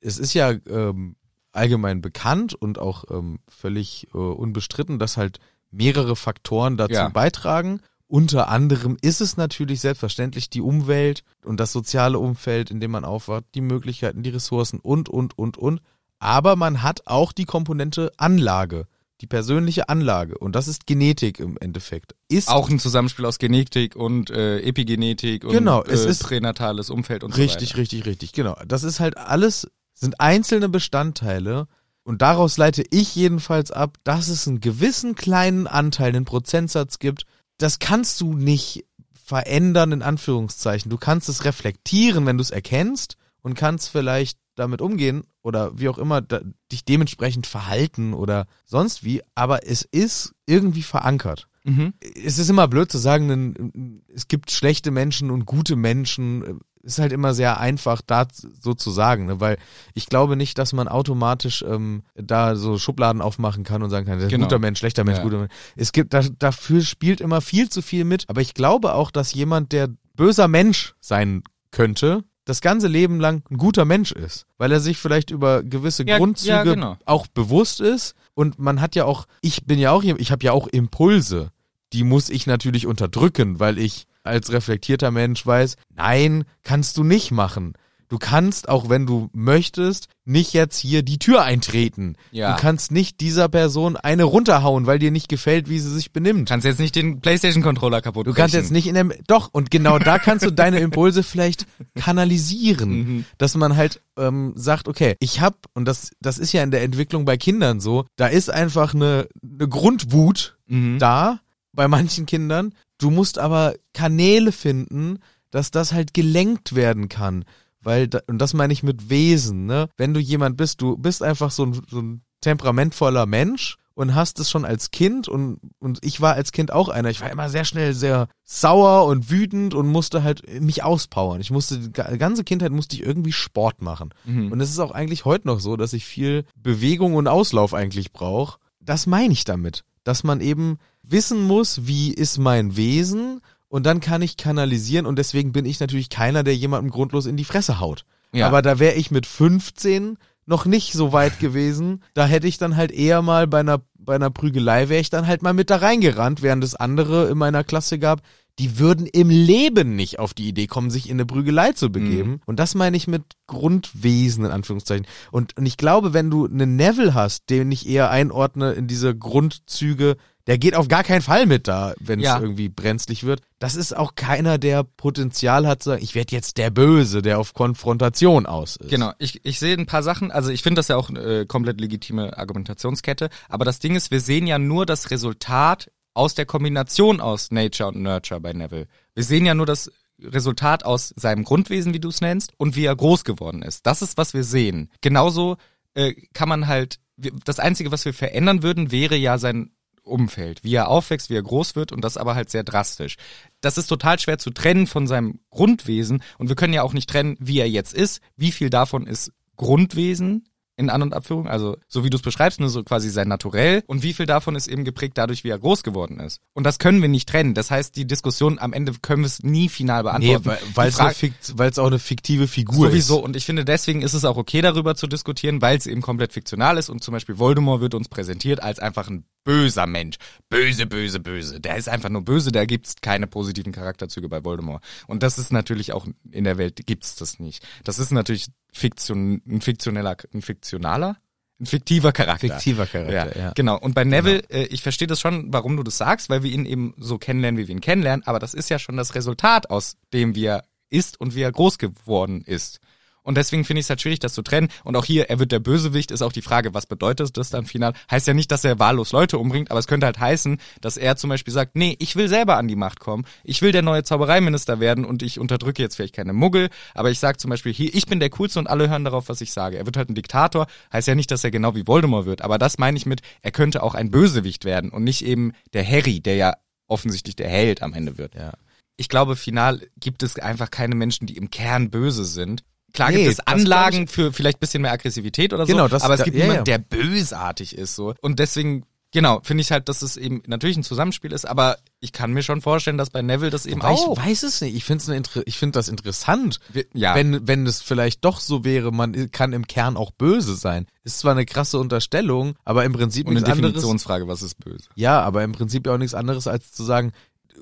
B: es ist ja ähm, allgemein bekannt und auch ähm, völlig äh, unbestritten, dass halt mehrere Faktoren dazu
A: Ja.
B: beitragen. Unter anderem ist es natürlich selbstverständlich die Umwelt und das soziale Umfeld, in dem man aufwacht, die Möglichkeiten, die Ressourcen und, und, und, und. Aber man hat auch die Komponente Anlage, die persönliche Anlage. Und das ist Genetik im Endeffekt. Ist
A: Auch ein Zusammenspiel aus Genetik und äh, Epigenetik und
B: Genau, es
A: äh,
B: ist-
A: pränatales Umfeld und
B: richtig,
A: so weiter.
B: richtig, richtig. Genau. Das ist halt alles sind einzelne Bestandteile und daraus leite ich jedenfalls ab, dass es einen gewissen kleinen Anteil, einen Prozentsatz gibt. Das kannst du nicht verändern, in Anführungszeichen. Du kannst es reflektieren, wenn du es erkennst und kannst vielleicht damit umgehen oder wie auch immer da, dich dementsprechend verhalten oder sonst wie, aber es ist irgendwie verankert
A: Mhm.
B: es ist immer blöd zu sagen, denn äh, es gibt schlechte Menschen und gute Menschen. Ist halt immer sehr einfach, da so zu sagen, ne? weil ich glaube nicht, dass man automatisch ähm, da so Schubladen aufmachen kann und sagen kann, das ist ein
A: Genau.
B: guter Mensch, schlechter Mensch,
A: Ja.
B: guter Mensch. Es gibt, da, dafür spielt immer viel zu viel mit. Aber ich glaube auch, dass jemand, der böser Mensch sein könnte, das ganze Leben lang ein guter Mensch ist, weil er sich vielleicht über gewisse
A: Ja,
B: Grundzüge
A: ja, genau.
B: auch bewusst ist. Und man hat ja auch, ich bin ja auch, ich habe ja auch Impulse die muss ich natürlich unterdrücken, weil ich als reflektierter Mensch weiß, nein, kannst du nicht machen. Du kannst, auch wenn du möchtest, nicht jetzt hier die Tür eintreten.
A: Ja.
B: Du kannst nicht dieser Person eine runterhauen, weil dir nicht gefällt, wie sie sich benimmt.
A: Du kannst jetzt nicht den PlayStation-Controller kaputt
B: Du kannst jetzt nicht in der. Doch, und genau da kannst du deine Impulse vielleicht kanalisieren.
A: Mhm.
B: Dass man halt ähm, sagt, okay, ich hab, und das, das ist ja in der Entwicklung bei Kindern so, da ist einfach eine, eine Grundwut
A: Mhm.
B: da bei manchen Kindern. Du musst aber Kanäle finden, dass das halt gelenkt werden kann. Weil, da, und das meine ich mit Wesen, ne? Wenn du jemand bist, du bist einfach so ein, so ein temperamentvoller Mensch und hast es schon als Kind und, und ich war als Kind auch einer. Ich war immer sehr schnell sehr sauer und wütend und musste halt mich auspowern. Ich musste, die ga- ganze Kindheit musste ich irgendwie Sport machen. Und es ist auch eigentlich heute noch so, dass ich viel Bewegung und Auslauf eigentlich brauche. Das meine ich damit, dass man eben wissen muss, wie ist mein Wesen und dann kann ich kanalisieren und deswegen bin ich natürlich keiner, der jemandem grundlos in die Fresse haut.
A: Ja.
B: Aber da wäre ich mit 15 noch nicht so weit gewesen. Da hätte ich dann halt eher mal bei einer, bei einer Prügelei wäre ich dann halt mal mit da reingerannt, während es andere in meiner Klasse gab, die würden im Leben nicht auf die Idee kommen, sich in eine Prügelei zu begeben. Und das meine ich mit Grundwesen in Anführungszeichen. Und, und ich glaube, wenn du einen Neville hast, den ich eher einordne in diese Grundzüge, der geht auf gar keinen Fall mit da, wenn es
A: Ja.
B: irgendwie brenzlig wird. Das ist auch keiner, der Potenzial hat zu sagen, ich werde jetzt der Böse, der auf Konfrontation aus ist.
A: Genau, ich, ich sehe ein paar Sachen, also ich finde das ja auch äh, komplett legitime Argumentationskette, aber das Ding ist, wir sehen ja nur das Resultat aus der Kombination aus Nature und Nurture bei Neville. Wir sehen ja nur das Resultat aus seinem Grundwesen, wie du es nennst, und wie er groß geworden ist. Das ist, was wir sehen. Genauso äh, kann man halt, wir- das Einzige, was wir verändern würden, wäre ja sein Umfeld, wie er aufwächst, wie er groß wird und das aber halt sehr drastisch. Das ist total schwer zu trennen von seinem Grundwesen und wir können ja auch nicht trennen, wie er jetzt ist, wie viel davon ist Grundwesen in An- und Abführung, also so wie du es beschreibst, nur so quasi sein Naturell und wie viel davon ist eben geprägt dadurch, wie er groß geworden ist. Und das können wir nicht trennen. Das heißt, die Diskussion am Ende können wir es nie final
B: Nee,
A: beantworten.
B: weil
A: Die
B: weil es
A: Frage-
B: eine Fikt- weil es auch eine fiktive Figur
A: Sowieso.
B: ist.
A: Und ich finde, deswegen ist es auch okay, darüber zu diskutieren, weil es eben komplett fiktional ist. Und zum Beispiel Voldemort wird uns präsentiert als einfach ein böser Mensch. Böse, böse, böse. Der ist einfach nur böse, da gibt's keine positiven Charakterzüge bei Voldemort. Und das ist natürlich auch in der Welt gibt's das nicht. Das ist natürlich Fiktion, ein fiktioneller, ein fiktionaler? Ein fiktiver Charakter.
B: Fiktiver Charakter, ja.
A: Genau. Und bei Neville, äh, ich verstehe das schon, warum du das sagst, weil wir ihn eben so kennenlernen, wie wir ihn kennenlernen, aber das ist ja schon das Resultat aus dem, wie er ist und wie er groß geworden ist. Und deswegen finde ich es halt schwierig, das zu trennen. Und auch hier, er wird der Bösewicht, ist auch die Frage, was bedeutet das dann final? Heißt ja nicht, dass er wahllos Leute umbringt, aber es könnte halt heißen, dass er zum Beispiel sagt, nee, ich will selber an die Macht kommen, ich will der neue Zaubereiminister werden und ich unterdrücke jetzt vielleicht keine Muggel, aber ich sage zum Beispiel, hier, ich bin der Coolste und alle hören darauf, was ich sage. Er wird halt ein Diktator, heißt ja nicht, dass er genau wie Voldemort wird, aber das meine ich mit, er könnte auch ein Bösewicht werden und nicht eben der Harry, der ja offensichtlich der Held am Ende wird.
B: Ja.
A: Ich glaube, final gibt es einfach keine Menschen, die im Kern böse sind. Klar
B: Nee,
A: gibt es
B: das glaub ich
A: Anlagen für vielleicht ein bisschen mehr Aggressivität oder so.
B: Genau, das-
A: aber es
B: da-
A: gibt
B: ja,
A: niemanden,
B: ja.
A: der bösartig ist so. Und deswegen, genau, finde ich halt, dass es eben natürlich ein Zusammenspiel ist, aber ich kann mir schon vorstellen, dass bei Neville das eben
B: Wobei
A: auch.
B: Ich weiß es nicht. Ich finde Inter ich find das interessant,
A: Wir- ja.
B: wenn, wenn es vielleicht doch so wäre, man kann im Kern auch böse sein. Ist zwar eine krasse Unterstellung, aber im Prinzip
A: Und eine
B: nichts anderes.
A: Definitionsfrage, was ist böse?
B: Ja, aber im Prinzip ja auch nichts anderes als zu sagen,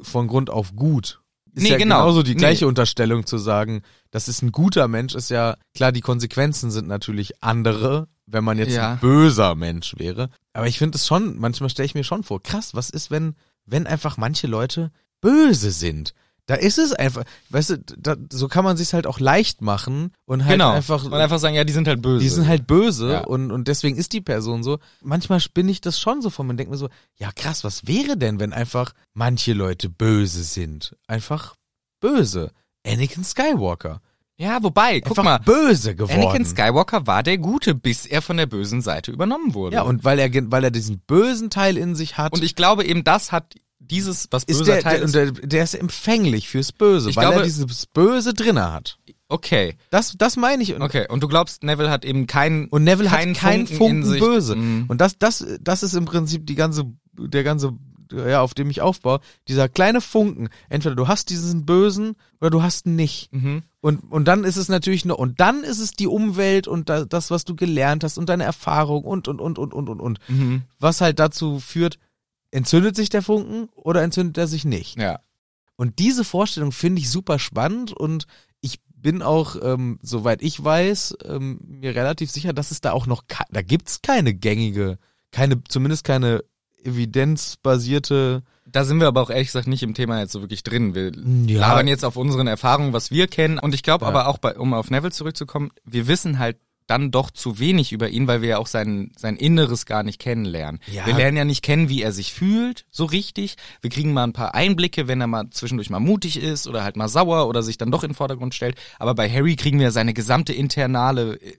B: von Grund auf gut. Ist
A: Nee,
B: ja
A: genau.
B: genauso die
A: Nee.
B: gleiche Unterstellung zu sagen, das ist ein guter Mensch, ist ja klar, die Konsequenzen sind natürlich andere, wenn man jetzt
A: Ja.
B: ein böser Mensch wäre. Aber ich finde es schon, manchmal stelle ich mir schon vor, krass, was ist, wenn, wenn einfach manche Leute böse sind? Da ist es einfach, weißt du, da, so kann man sich halt auch leicht machen und halt
A: genau.
B: einfach,
A: und einfach sagen, ja, die sind halt böse.
B: die sind halt böse
A: Ja.
B: und, und deswegen ist die Person so. Manchmal spinne ich das schon so von und denke mir so, ja krass, was wäre denn, wenn einfach manche Leute böse sind? Einfach böse. Anakin Skywalker.
A: ja, wobei, guck
B: einfach
A: mal,
B: böse geworden.
A: Anakin Skywalker war der Gute, bis er von der bösen Seite übernommen wurde.
B: Ja, und weil er, gen- weil er diesen bösen Teil in sich hat,
A: Und ich glaube eben, das hat dieses, was
B: ist
A: böser
B: der,
A: Teil
B: der, und
A: ist.
B: der, der ist empfänglich fürs Böse,
A: Ich
B: weil er
A: glaube-
B: dieses Böse drinne hat.
A: Okay,
B: Das, das meine ich. Und,
A: okay. Und du glaubst, Neville hat eben keinen
B: und Neville
A: keinen
B: hat keinen
A: Funken
B: Funken,
A: in sich.
B: Böse.
A: Mhm.
B: Und das, das, das ist im Prinzip die ganze, der ganze, ja, auf dem ich aufbaue, dieser kleine Funken. Entweder du hast diesen Bösen oder du hast ihn nicht.
A: Mhm.
B: Und, und dann ist es natürlich nur, und dann ist es die Umwelt und da, das, was du gelernt hast und deine Erfahrung und, und, und, und, und, und, und.
A: Mhm.
B: Was halt dazu führt, entzündet sich der Funken oder entzündet er sich nicht?
A: Ja.
B: Und diese Vorstellung finde ich super spannend und ich bin auch, ähm, soweit ich weiß, ähm, mir relativ sicher, dass es da auch noch, ke- da gibt's keine gängige, keine, zumindest keine evidenzbasierte,
A: Da sind wir aber auch ehrlich gesagt nicht im Thema jetzt so wirklich drin. Wir
B: Ja.
A: labern jetzt auf unseren Erfahrungen, was wir kennen. Und ich glaube
B: Ja.
A: aber auch, bei, um auf Neville zurückzukommen, wir wissen halt dann doch zu wenig über ihn, weil wir ja auch sein, sein Inneres gar nicht kennenlernen.
B: Ja.
A: Wir lernen ja nicht kennen, wie er sich fühlt, so richtig. Wir kriegen mal ein paar Einblicke, wenn er mal zwischendurch mal mutig ist oder halt mal sauer oder sich dann doch in den Vordergrund stellt. Aber bei Harry kriegen wir seine gesamte internale äh,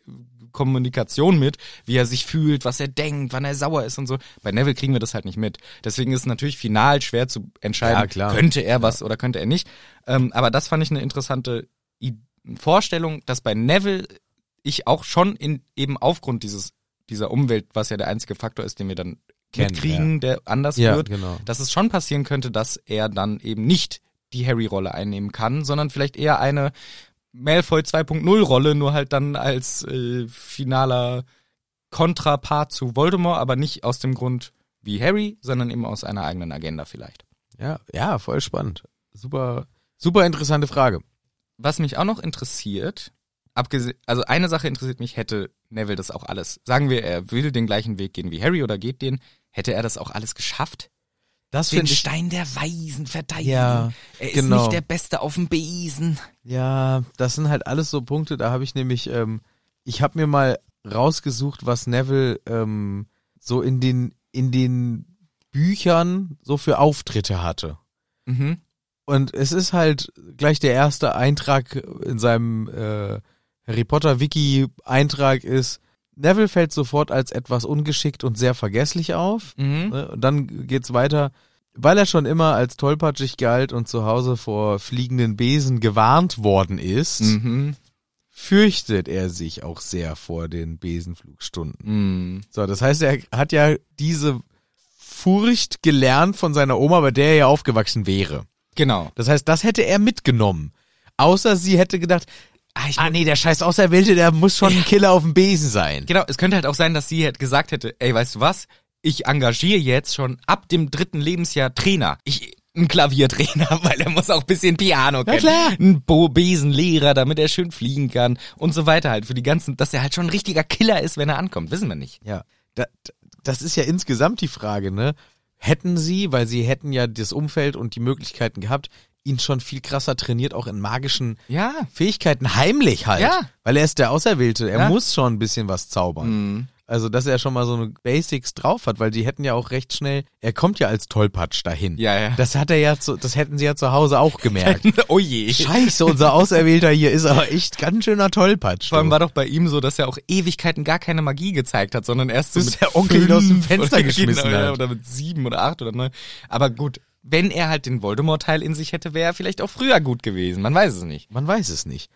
A: Kommunikation mit, wie er sich fühlt, was er denkt, wann er sauer ist und so. Bei Neville kriegen wir das halt nicht mit. Deswegen ist es natürlich final schwer zu entscheiden,
B: Ja, klar.
A: könnte er was oder könnte er nicht. Ähm, aber das fand ich eine interessante I Vorstellung, dass bei Neville ich auch schon in, eben aufgrund dieses, dieser Umwelt, was ja der einzige Faktor ist, den wir dann
B: Kennen,
A: mitkriegen, der anders
B: Ja,
A: wird,
B: genau.
A: dass es schon passieren könnte, dass er dann eben nicht die Harry-Rolle einnehmen kann, sondern vielleicht eher eine Malfoy 2.0-Rolle, nur halt dann als äh, finaler Kontrapart zu Voldemort, aber nicht aus dem Grund wie Harry, sondern eben aus einer eigenen Agenda vielleicht.
B: ja, ja, voll spannend. Super, super interessante Frage.
A: Was mich auch noch interessiert, abgese- also eine Sache interessiert mich, hätte Neville das auch alles, sagen wir, er will den gleichen Weg gehen wie Harry oder geht den, hätte er das auch alles geschafft?
B: Das
A: Den
B: finde ich,
A: Stein der Weisen verteidigen.
B: Ja,
A: er ist
B: genau.
A: nicht der Beste auf dem Besen.
B: ja, das sind halt alles so Punkte, da habe ich nämlich, ähm, ich habe mir mal rausgesucht, was Neville ähm, so in den, in den Büchern so für Auftritte hatte.
A: Mhm.
B: Und es ist halt gleich der erste Eintrag in seinem äh, Harry Potter Wiki Eintrag ist Neville fällt sofort als etwas ungeschickt und sehr vergesslich auf.
A: Mhm.
B: Ne? Und dann geht's weiter, weil er schon immer als tollpatschig galt und zu Hause vor fliegenden Besen gewarnt worden ist,
A: Mhm.
B: fürchtet er sich auch sehr vor den Besenflugstunden.
A: Mhm.
B: So, das heißt, er hat ja diese Furcht gelernt von seiner Oma, bei der er ja aufgewachsen wäre.
A: Genau.
B: Das heißt, das hätte er mitgenommen. Außer sie hätte gedacht, ah, ich ah nee, der scheiß Auserwählte, der muss schon ein Killer auf dem Besen sein.
A: Genau, es könnte halt auch sein, dass sie halt gesagt hätte, ey, weißt du was? Ich engagiere jetzt schon ab dem dritten Lebensjahr Trainer. Ich einen Klaviertrainer, weil er muss auch ein bisschen Piano kennen.
B: klar.
A: Ein Bo Besenlehrer, damit er schön fliegen kann und so weiter halt für die ganzen, dass er halt schon ein richtiger Killer ist, wenn er ankommt, wissen wir nicht.
B: Ja, da, das ist ja insgesamt die Frage, ne? Hätten sie, weil sie hätten ja das Umfeld und die Möglichkeiten gehabt, ihn schon viel krasser trainiert, auch in magischen
A: Ja.
B: Fähigkeiten heimlich halt.
A: Ja.
B: Weil er ist der Auserwählte, er
A: Ja.
B: muss schon ein bisschen was zaubern. Also, dass er schon mal so eine Basics drauf hat, weil die hätten ja auch recht schnell, er kommt ja als Tollpatsch dahin.
A: Ja, ja.
B: Das hat er ja, zu, das hätten sie ja zu Hause auch gemerkt.
A: oh je.
B: Scheiße, unser Auserwählter hier ist aber echt ganz schöner Tollpatsch.
A: Vor allem
B: du.
A: war doch bei ihm so, dass er auch Ewigkeiten gar keine Magie gezeigt hat, sondern erst so
B: Bis
A: mit
B: der Onkel ihn aus dem
A: fünf
B: Fenster
A: oder-
B: geschmissen
A: genau, ja,
B: hat.
A: Oder mit sieben oder acht oder neun. Aber gut, wenn er halt den Voldemort-Teil in sich hätte, wäre er vielleicht auch früher gut gewesen. Man weiß es nicht.
B: Man weiß es nicht.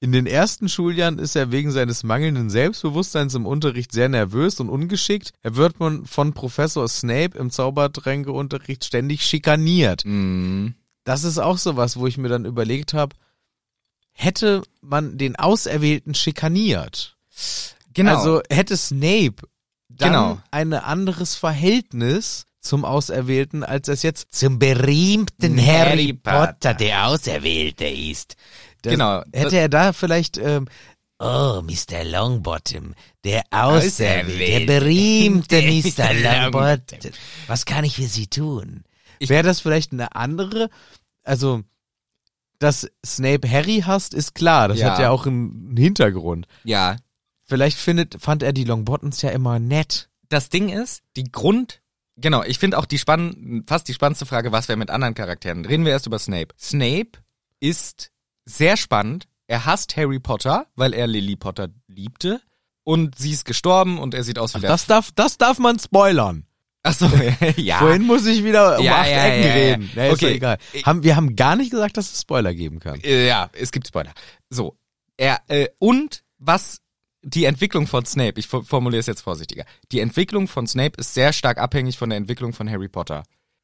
B: In den ersten Schuljahren ist er wegen seines mangelnden Selbstbewusstseins im Unterricht sehr nervös und ungeschickt. Er wird von- von Professor Snape im Zaubertränkeunterricht ständig schikaniert.
A: Mhm.
B: Das ist auch sowas, wo ich mir dann überlegt habe, hätte man den Auserwählten schikaniert,
A: Genau.
B: Also hätte Snape dann
A: Genau.
B: ein anderes Verhältnis zum Auserwählten, als es jetzt zum berühmten
A: Harry Potter.
E: der Auserwählte ist.
B: Das-
A: genau.
B: Hätte er da vielleicht, ähm,
E: Oh, Mr. Longbottom, der
A: Auserwählte.
E: Auserwählte, der berühmte Mr.
A: Longbottom.
E: Longbottom. Was kann ich für Sie tun?
B: wäre das vielleicht eine andere, also dass Snape Harry hasst, ist klar. Das
A: Ja.
B: hat ja auch einen Hintergrund.
A: Ja.
B: Vielleicht findet, fand er die Longbottons ja immer nett.
A: Das Ding ist, die Grund. Genau, ich finde auch die spann fast die spannendste Frage, was wäre mit anderen Charakteren. Reden wir erst über Snape. Snape ist sehr spannend. Er hasst Harry Potter, weil er Lily Potter liebte. Und sie ist gestorben und er sieht aus wie der.
B: Das darf, das darf man spoilern.
A: Achso, ja.
B: Vorhin muss ich wieder um
A: Ah. Ja,
B: acht
A: ja,
B: Ecken
A: ja, ja.
B: reden. Ja, ist
A: Okay.
B: doch egal. Haben, wir haben gar nicht gesagt, dass es Spoiler geben kann.
A: Äh, Ja, es gibt Spoiler. So. Er, äh, und was die Entwicklung von Snape, ich for- formuliere es jetzt vorsichtiger. Die Entwicklung von Snape ist sehr stark abhängig von der Entwicklung von Harry Potter.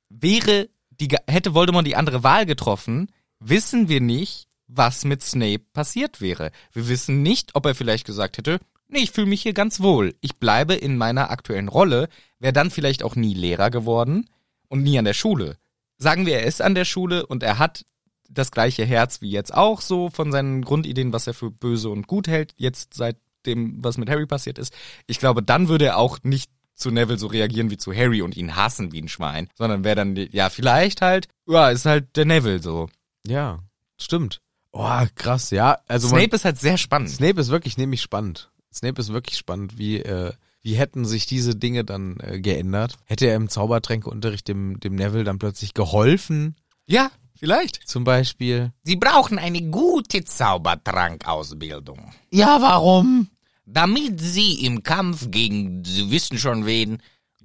A: Wäre die ge- hätte Voldemort die andere Wahl getroffen, wissen wir nicht, was mit Snape passiert wäre. Wir wissen nicht, ob er vielleicht gesagt hätte, nee, ich fühle mich hier ganz wohl. Ich bleibe in meiner aktuellen Rolle, wäre dann vielleicht auch nie Lehrer geworden und nie an der Schule. Sagen wir, er ist an der Schule und er hat das gleiche Herz wie jetzt auch so von seinen Grundideen, was er für böse und gut hält, jetzt seit dem, was mit Harry passiert ist. Ich glaube, dann würde er auch nicht zu Neville so reagieren wie zu Harry und ihn hassen wie ein Schwein, sondern wäre dann, ja, vielleicht halt, ja, ist halt der Neville so.
B: Ja, stimmt. Oh, krass, ja. Also man-
A: Snape ist halt sehr spannend.
B: Snape ist wirklich nämlich spannend. Snape ist wirklich spannend, wie, äh, wie hätten sich diese Dinge dann äh, geändert? Hätte er im Zaubertränkeunterricht dem, dem Neville dann plötzlich geholfen,
A: Ja, vielleicht.
B: zum Beispiel?
D: Sie brauchen eine gute Zaubertrankausbildung.
B: Ja, warum?
D: damit sie im Kampf gegen, Sie wissen schon wen,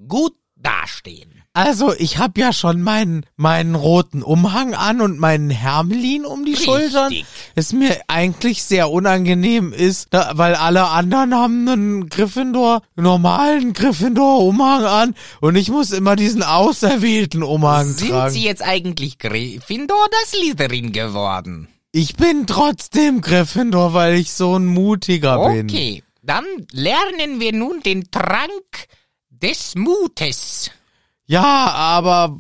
D: gut dastehen.
B: Also, ich habe ja schon meinen, meinen roten Umhang an und meinen Hermelin um die
D: Richtig.
B: Schultern. Es mir eigentlich sehr unangenehm ist, da, weil alle anderen haben einen Gryffindor, normalen Gryffindor-Umhang an und ich muss immer diesen auserwählten Umhang
D: Sind
B: tragen.
D: Sie jetzt eigentlich Gryffindor oder Slytherin geworden?
B: Ich bin trotzdem Gryffindor, weil ich so ein mutiger bin.
D: Okay, dann lernen wir nun den Trank des Mutes.
B: Ja, aber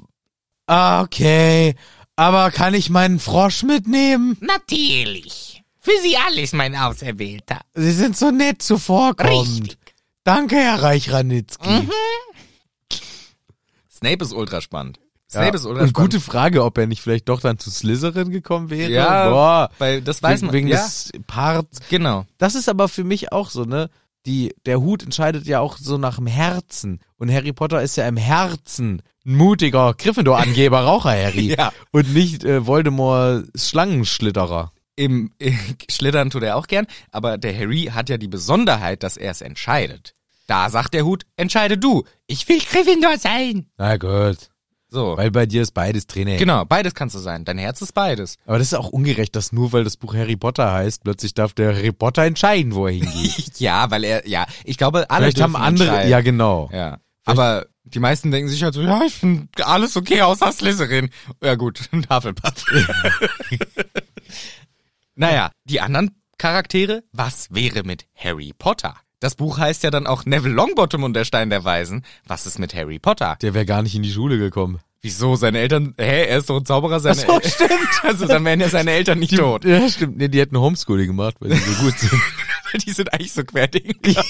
B: ah, okay, aber kann ich meinen Frosch mitnehmen?
D: Natürlich. Für Sie alles, mein Auserwählter.
B: Sie sind so nett zuvorkommend.
D: Richtig.
B: Danke, Herr Reich Ranitzky.
A: Mhm. Snape ist ultra spannend.
B: Ja.
A: Snape ist ultra
B: Und
A: spannend.
B: gute Frage, ob er nicht vielleicht doch dann zu Slytherin gekommen wäre.
A: ja,
B: Boah.
A: weil das weiß
B: wegen,
A: man.
B: wegen
A: ja,
B: des Parts.
A: genau.
B: Das ist aber für mich auch so, ne? Die, der Hut entscheidet ja auch so nach dem Herzen. Und Harry Potter ist ja im Herzen ein mutiger Gryffindor-Angeber, Raucher-Harry.
A: Ja.
B: Und nicht äh, Voldemort Schlangenschlitterer.
A: Im äh, Schlittern tut er auch gern, aber der Harry hat ja die Besonderheit, dass er es entscheidet. Da sagt der Hut, entscheide du. Ich will Gryffindor sein.
B: Na gut.
A: So.
B: Weil bei dir ist beides Training.
A: Genau, beides kannst du sein. Dein Herz ist beides.
B: Aber das ist auch ungerecht, dass nur weil das Buch Harry Potter heißt, plötzlich darf der Harry Potter entscheiden, wo er hingeht.
A: Ja, weil er, ja, ich glaube, alle
B: Vielleicht haben
A: dürfen
B: andere.
A: entscheiden.
B: Ja, genau.
A: Ja. Aber die meisten denken sich halt so, ja, ich finde alles okay, außer Slytherin. Ja gut, Hufflepuff. naja, die anderen Charaktere, was wäre mit Harry Potter? Das Buch heißt ja dann auch Neville Longbottom und der Stein der Weisen. Was ist mit Harry Potter?
B: Der wäre gar nicht in die Schule gekommen.
A: Wieso? Seine Eltern, hä, er ist doch ein Zauberer, seine
B: Ach so,
A: El- Also dann wären ja seine Eltern nicht tot.
B: Ja, stimmt. Nee, die hätten Homeschooling gemacht, weil sie so gut sind.
A: Die sind eigentlich so Querdenker.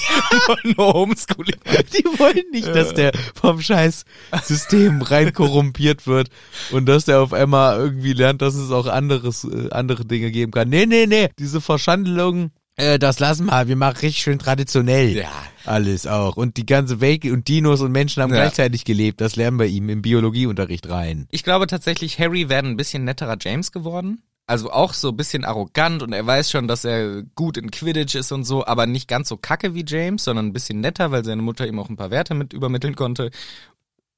A: nur, nur Homeschooling.
B: Die wollen nicht, dass der vom scheiß System rein korrumpiert wird und dass der auf einmal irgendwie lernt, dass es auch anderes, äh, andere Dinge geben kann. Nee, nee, nee, diese Verschandelung, äh, das lassen wir, wir machen richtig schön traditionell.
A: Ja.
B: Alles auch. Und die ganze Welt und Dinos und Menschen haben
A: Ja.
B: gleichzeitig gelebt. Das lernen wir ihm im Biologieunterricht rein.
A: Ich glaube tatsächlich, Harry wäre ein bisschen netterer James geworden. Also auch so ein bisschen arrogant und er weiß schon, dass er gut in Quidditch ist und so, aber nicht ganz so kacke wie James, sondern ein bisschen netter, weil seine Mutter ihm auch ein paar Werte mit übermitteln konnte.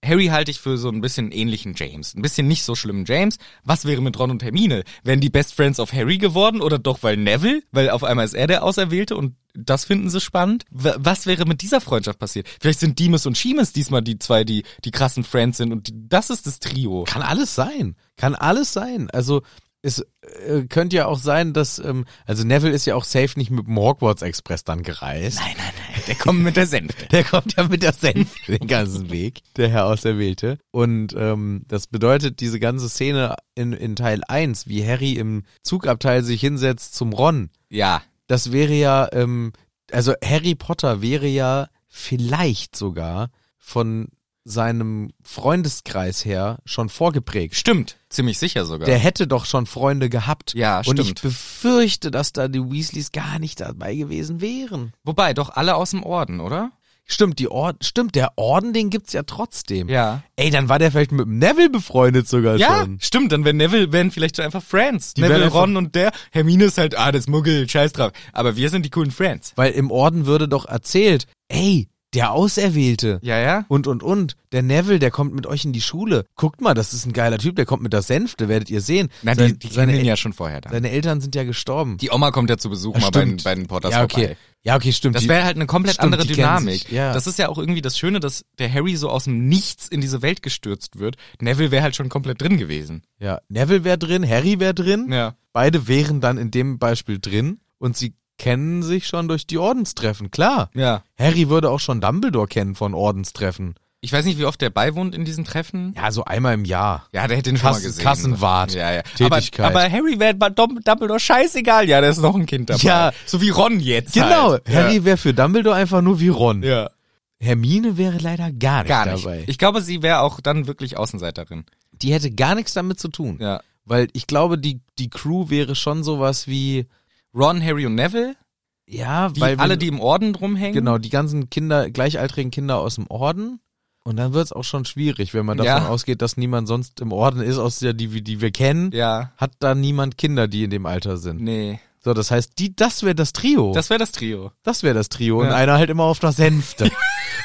A: Harry halte ich für so ein bisschen ähnlichen James. Ein bisschen nicht so schlimmen James. Was wäre mit Ron und Hermine? Wären die Best Friends of Harry geworden oder doch weil Neville? Weil auf einmal ist er der Auserwählte und das finden sie spannend. W was wäre mit dieser Freundschaft passiert? Vielleicht sind Demus und Seamus diesmal die zwei, die die krassen Friends sind und die, das ist das Trio.
B: Kann alles sein. Kann alles sein. Also es äh, könnte ja auch sein, dass, ähm, also Neville ist ja auch safe nicht mit dem Hogwarts-Express dann gereist.
A: Nein, nein, nein, der kommt mit der Senfte.
B: Der kommt ja mit der Senfte den ganzen Weg, der Herr Auserwählte. Und ähm, das bedeutet, diese ganze Szene in, in Teil 1, wie Harry im Zugabteil sich hinsetzt zum Ron,
A: Ja,
B: das wäre ja, ähm, also Harry Potter wäre ja vielleicht sogar von seinem Freundeskreis her schon vorgeprägt.
A: Stimmt, ziemlich sicher sogar.
B: Der hätte doch schon Freunde gehabt.
A: Ja,
B: Und ich
A: stimmt.
B: befürchte, dass da die Weasleys gar nicht dabei gewesen wären.
A: Wobei, doch alle aus dem Orden, oder?
B: Stimmt, die Orden, stimmt, der Orden, den gibt's ja trotzdem.
A: Ja.
B: Ey, dann war der vielleicht mit dem Neville befreundet sogar
A: Ja,
B: schon.
A: stimmt, dann wären Neville, wären vielleicht einfach Friends.
B: Die wären
A: Neville,
B: einfach-
A: Ron und der. Hermine ist halt, ah, das Muggel, scheiß drauf. Aber wir sind die coolen Friends.
B: Weil im Orden würde doch erzählt, ey, der Auserwählte.
A: Ja, ja.
B: Und, und, und. Der Neville, der kommt mit euch in die Schule. Guckt mal, das ist ein geiler Typ, der kommt mit der Senfte, werdet ihr sehen.
A: Na,
B: Sein-
A: die, die kennen
B: seine,
A: ihn
B: El-
A: ja schon vorher dann.
B: seine Eltern sind ja gestorben.
A: Die Oma kommt ja zu Besuch
B: Ja,
A: mal bei, den-
B: stimmt.
A: bei den Porters
B: ja, okay.
A: vorbei.
B: Ja, okay, stimmt.
A: Das
B: Die-
A: wäre halt eine komplett
B: Stimmt,
A: andere
B: die kennen sich,
A: Dynamik.
B: ja.
A: Das ist ja auch irgendwie das Schöne, dass der Harry so aus dem Nichts in diese Welt gestürzt wird. Neville wäre halt schon komplett drin gewesen.
B: ja. Neville wäre drin, Harry wäre drin.
A: Ja.
B: Beide wären dann in dem Beispiel drin und sie kennen sich schon durch die Ordenstreffen, klar.
A: Ja.
B: Harry würde auch schon Dumbledore kennen von Ordenstreffen.
A: Ich weiß nicht, wie oft der beiwohnt in diesen Treffen.
B: Ja, so einmal im Jahr.
A: Ja, der hätte ihn schon mal
B: Kassen-
A: gesehen.
B: Kassenwart.
A: Ja, ja.
B: Tätigkeit.
A: Aber, aber Harry wäre bei Dum- Dumbledore scheißegal. Ja, da ist noch ein Kind dabei.
B: Ja.
A: So wie Ron jetzt
B: Genau,
A: halt.
B: Harry wäre für Dumbledore einfach nur wie Ron.
A: Ja. ja.
B: Hermine wäre leider gar nicht,
A: Gar nicht.
B: dabei.
A: Ich glaube, sie wäre auch dann wirklich Außenseiterin.
B: die hätte gar nichts damit zu tun.
A: Ja.
B: Weil ich glaube, die, die Crew wäre schon sowas wie,
A: Ron, Harry und Neville.
B: ja,
A: Die,
B: weil
A: alle,
B: wenn-
A: die im Orden rumhängen.
B: genau, die ganzen Kinder, gleichaltrigen Kinder aus dem Orden. Und dann wird's auch schon schwierig, wenn man davon
A: Ja.
B: ausgeht, dass niemand sonst im Orden ist, aus der, die, wir- die wir kennen,
A: Ja.
B: hat da niemand Kinder, die in dem Alter sind.
A: Nee.
B: So, das heißt, die, das wäre das Trio.
A: Das wäre das Trio.
B: das wäre das Trio. Und
A: Ja.
B: einer halt immer auf der Sänfte.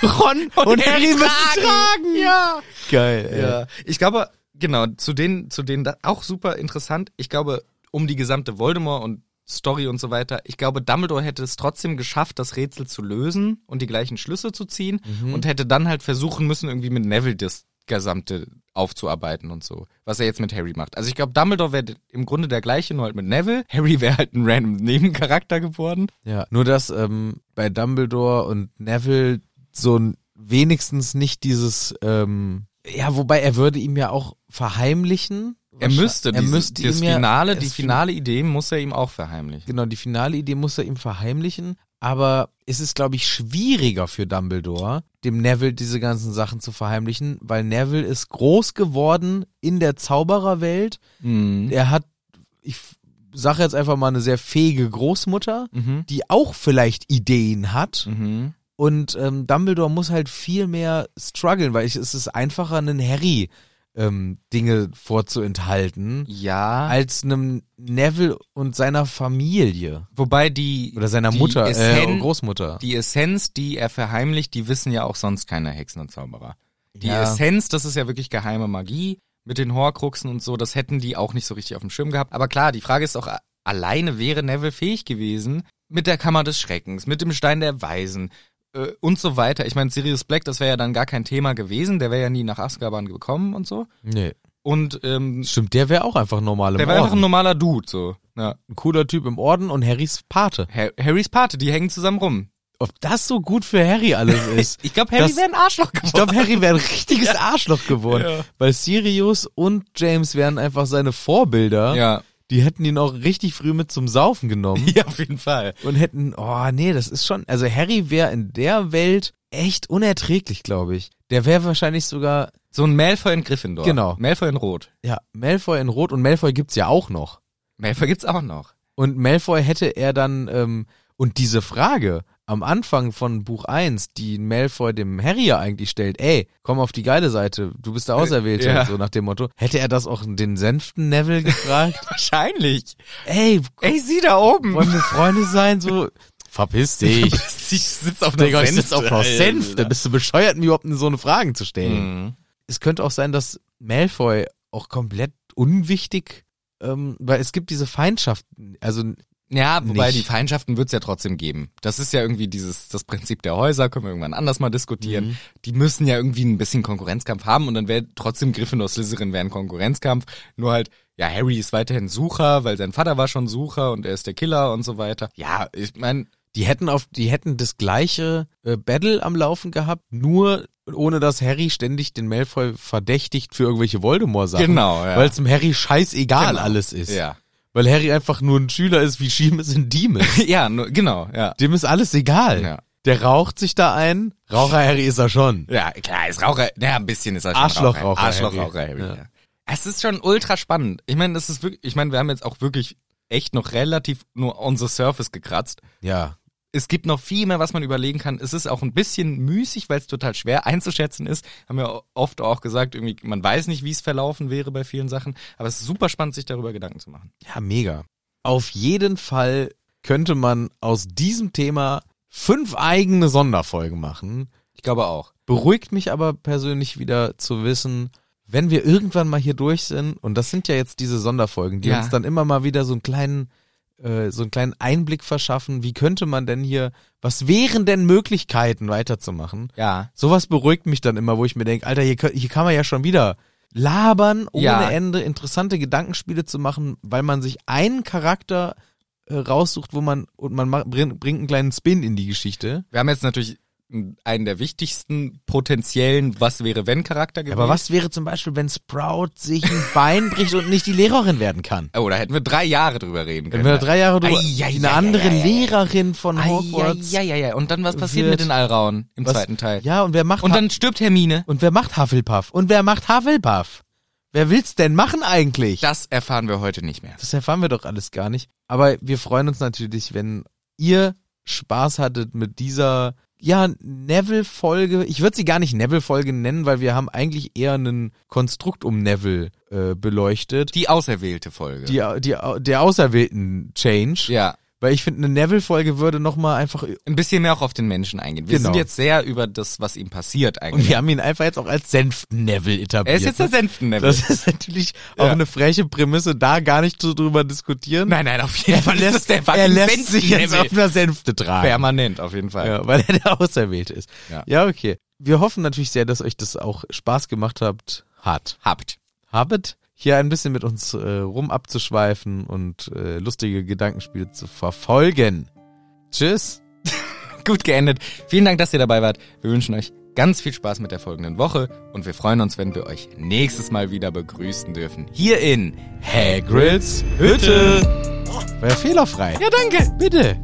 A: Ron
B: Und Harry müssen tragen.
A: Ja.
B: Geil, ey.
A: Ja, ich glaube, genau, zu denen, zu denen da, auch super interessant. Ich glaube, um die gesamte Voldemort und Story und so weiter, ich glaube, Dumbledore hätte es trotzdem geschafft, das Rätsel zu lösen und die gleichen Schlüsse zu ziehen
B: Mhm.
A: und hätte dann halt versuchen müssen, irgendwie mit Neville das Gesamte aufzuarbeiten und so, was er jetzt mit Harry macht. Also ich glaube, Dumbledore wäre im Grunde der gleiche, nur halt mit Neville. Harry wäre halt ein random Nebencharakter geworden.
B: Ja, nur dass ähm, bei Dumbledore und Neville so n- wenigstens nicht dieses, ähm, ja, wobei er würde ihm ja auch verheimlichen.
A: Er müsste,
B: er
A: dieses-
B: müsste
A: das
B: ihm ja-
A: Finale, die
B: es-
A: finale Idee muss er ihm auch verheimlichen.
B: Genau, die finale Idee muss er ihm verheimlichen. Aber es ist, glaube ich, schwieriger für Dumbledore, dem Neville diese ganzen Sachen zu verheimlichen, weil Neville ist groß geworden in der Zaubererwelt.
A: Mhm.
B: Er hat, ich sage jetzt einfach mal, eine sehr fähige Großmutter,
A: Mhm.
B: die auch vielleicht Ideen hat.
A: Mhm.
B: Und ähm, Dumbledore muss halt viel mehr strugglen, weil ich, es ist einfacher, einen Harry ähm, Dinge vorzuenthalten,
A: Ja,
B: als einem Neville und seiner Familie.
A: wobei die
B: Oder seiner
A: die
B: Mutter, äh,
A: Essen-
B: Großmutter.
A: die Essenz, die er verheimlicht, die wissen ja auch sonst keine Hexen und Zauberer. Die
B: Ja.
A: Essenz, das ist ja wirklich geheime Magie mit den Horcruxen und so, das hätten die auch nicht so richtig auf dem Schirm gehabt. Aber klar, die Frage ist auch, a- alleine wäre Neville fähig gewesen mit der Kammer des Schreckens, mit dem Stein der Weisen äh, und so weiter. Ich meine, Sirius Black, das wäre ja dann gar kein Thema gewesen, der wäre ja nie nach Azkaban gekommen und so.
B: nee.
A: Und ähm,
B: Stimmt, der wäre auch einfach normal im
A: der war
B: Orden.
A: einfach ein normaler Dude, so. Ja.
B: ein cooler Typ im Orden und Harrys Pate.
A: Har- Harrys Pate, die hängen zusammen rum.
B: Ob das so gut für Harry alles ist?
A: Ich glaube, Harry
B: Das-
A: wäre ein Arschloch geworden.
B: Ich glaube, Harry wäre ein richtiges Arschloch geworden,
A: Ja.
B: weil Sirius und James wären einfach seine Vorbilder.
A: Ja.
B: Die hätten ihn auch richtig früh mit zum Saufen genommen.
A: Ja, auf jeden Fall.
B: und hätten, oh nee, das ist schon, also Harry wäre in der Welt echt unerträglich, glaube ich. Der wäre wahrscheinlich sogar,
A: So ein Malfoy in Gryffindor.
B: Genau.
A: Malfoy in Rot.
B: ja, Malfoy in Rot und Malfoy gibt's ja auch noch.
A: Malfoy gibt's auch noch.
B: Und Malfoy hätte er dann, ähm, und diese Frage am Anfang von Buch 1, die Malfoy dem Harry ja eigentlich stellt, ey, komm auf die geile Seite, du bist der Auserwählte,
A: Ja.
B: so nach dem Motto, hätte er das auch den Senften Neville gefragt?
A: Wahrscheinlich.
B: ey,
A: Ey, sie da oben.
B: wollen wir Freunde sein? So, verpiss dich.
A: Ich sitz auf
B: Digga, ich sitze auf einer Senfte. Bist du bescheuert, mir überhaupt so eine Fragen zu stellen?
A: Mhm.
B: es könnte auch sein, dass Malfoy auch komplett unwichtig, ähm, weil es gibt diese Feindschaften. Also
A: Ja, wobei
B: Nicht.
A: die Feindschaften wird's ja trotzdem geben. Das ist ja irgendwie dieses, das Prinzip der Häuser, können wir irgendwann anders mal diskutieren. Die müssen ja irgendwie ein bisschen Konkurrenzkampf haben und dann wäre trotzdem Gryffindor Slytherin wäre ein Konkurrenzkampf. Nur halt, ja, Harry ist weiterhin Sucher, weil sein Vater war schon Sucher und er ist der Killer und so weiter. Ja, ich mein
B: die hätten auf, die hätten das gleiche äh, Battle am Laufen gehabt, nur ohne dass Harry ständig den Malfoy verdächtigt für irgendwelche Voldemort-Sachen.
A: Genau, ja.
B: Weil es dem Harry scheißegal
A: Genau.
B: alles ist.
A: Ja.
B: Weil Harry einfach nur ein Schüler ist wie Schiemes in Diemes.
A: Ja, nur, genau, ja.
B: Dem ist alles egal.
A: Ja.
B: Der raucht sich da ein. Raucher Harry ist er schon.
A: Ja, klar, ist Raucher. Naja, ein bisschen ist er schon
B: Arschlochraucher,
A: Raucher. Arschlochraucher,
B: Harry.
A: Harry.
B: Ja.
A: Ja. Es ist schon ultra spannend. Ich meine, das ist wirklich, ich meine, wir haben jetzt auch wirklich echt noch relativ nur on the surface gekratzt.
B: Ja.
A: Es gibt noch viel mehr, was man überlegen kann. Es ist auch ein bisschen müßig, weil es total schwer einzuschätzen ist. Haben wir oft auch gesagt, irgendwie, man weiß nicht, wie es verlaufen wäre bei vielen Sachen. Aber es ist super spannend, sich darüber Gedanken zu machen.
B: Ja, mega. Auf jeden Fall könnte man aus diesem Thema fünf eigene Sonderfolgen machen.
A: Ich glaube auch.
B: Beruhigt mich aber persönlich wieder zu wissen, wenn wir irgendwann mal hier durch sind, und das sind ja jetzt diese Sonderfolgen, die
A: Ja.
B: uns dann immer mal wieder so einen kleinen, äh, so einen kleinen Einblick verschaffen, wie könnte man denn hier, was wären denn Möglichkeiten weiterzumachen?
A: Ja.
B: Sowas beruhigt mich dann immer, wo ich mir denke, Alter, hier, kö- hier kann man ja schon wieder labern, ohne
A: Ja.
B: Ende interessante Gedankenspiele zu machen, weil man sich einen Charakter äh, raussucht, wo man und man ma- bring, bringt einen kleinen Spin in die Geschichte.
A: Wir haben jetzt natürlich einen der wichtigsten potenziellen Was wäre wenn Charakter gewählt.
B: Aber was wäre zum Beispiel, wenn Sprout sich ein Bein bricht und nicht die Lehrerin werden kann?
A: Oh, da hätten wir drei Jahre drüber reden
B: Wenn
A: können.
B: wir drei Jahre drüber
A: Ei, ei,
B: eine
A: ei,
B: andere
A: ei, ei, ei.
B: Lehrerin von Hogwarts.
A: Ja, ja, ja. Und dann was passiert
B: wird-
A: mit den Allrauen im
B: was-
A: zweiten Teil?
B: Ja, und wer macht
A: Und dann stirbt Hermine.
B: Ha- und wer macht Hufflepuff? Und wer macht Hufflepuff? Wer will's denn machen eigentlich?
A: Das erfahren wir heute nicht mehr.
B: Das erfahren wir doch alles gar nicht. Aber wir freuen uns natürlich, wenn ihr Spaß hattet mit dieser, ja, Neville-Folge. Ich würde sie gar nicht Neville-Folge nennen, weil wir haben eigentlich eher einen Konstrukt um Neville äh, beleuchtet.
A: Die auserwählte Folge.
B: Die, die, der auserwählten Change.
A: ja.
B: Weil ich finde, eine Neville-Folge würde nochmal einfach...
A: Ein bisschen mehr auch auf den Menschen eingehen. Wir
B: Genau.
A: sind jetzt sehr über das, was ihm passiert
B: Und
A: eigentlich.
B: wir haben ihn einfach jetzt auch als Senften-Neville etabliert. ne?
A: er ist jetzt der Senften,
B: Das ist natürlich auch
A: Ja.
B: eine freche Prämisse, da gar nicht so drüber diskutieren.
A: Nein, nein, auf jeden Fall. ist das der
B: er
A: fucking
B: lässt sich jetzt auf
A: Senften-Neville.
B: einer Senfte tragen.
A: Permanent, auf jeden Fall.
B: Ja, weil er der Auserwählte ist. Ja.
A: Ja.
B: okay. Wir hoffen natürlich sehr, dass euch das auch Spaß gemacht habt, hat.
A: Habt.
B: Habet, hier ein bisschen mit uns äh, rum abzuschweifen und äh, lustige Gedankenspiele zu verfolgen. Tschüss.
A: Gut geendet. Vielen Dank, dass ihr dabei wart. Wir wünschen euch ganz viel Spaß mit der folgenden Woche und wir freuen uns, wenn wir euch nächstes Mal wieder begrüßen dürfen. Hier in
B: Hagrids Hütte. War ja fehlerfrei.
A: Ja, danke.
B: Bitte.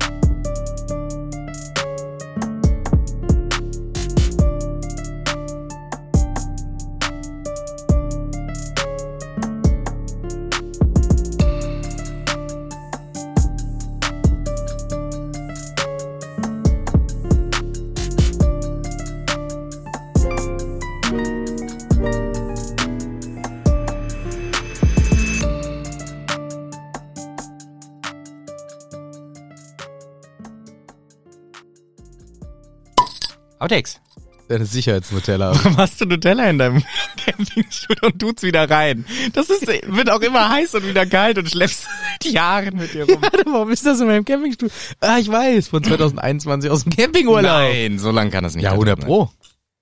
A: Outtakes.
B: Deine Sicherheitsnutella.
A: Warum hast du Nutella in deinem Campingstuhl und tut's wieder rein? Das ist, wird auch immer heiß und wieder kalt und schleppst seit Jahren mit dir rum.
B: Warte, warum ist das in meinem Campingstuhl? Ah, ich weiß. Von 2021 aus dem Campingurlaub.
A: Nein, so lange kann das nicht.
B: Ja,
A: halten,
B: 100
A: ne?
B: Pro.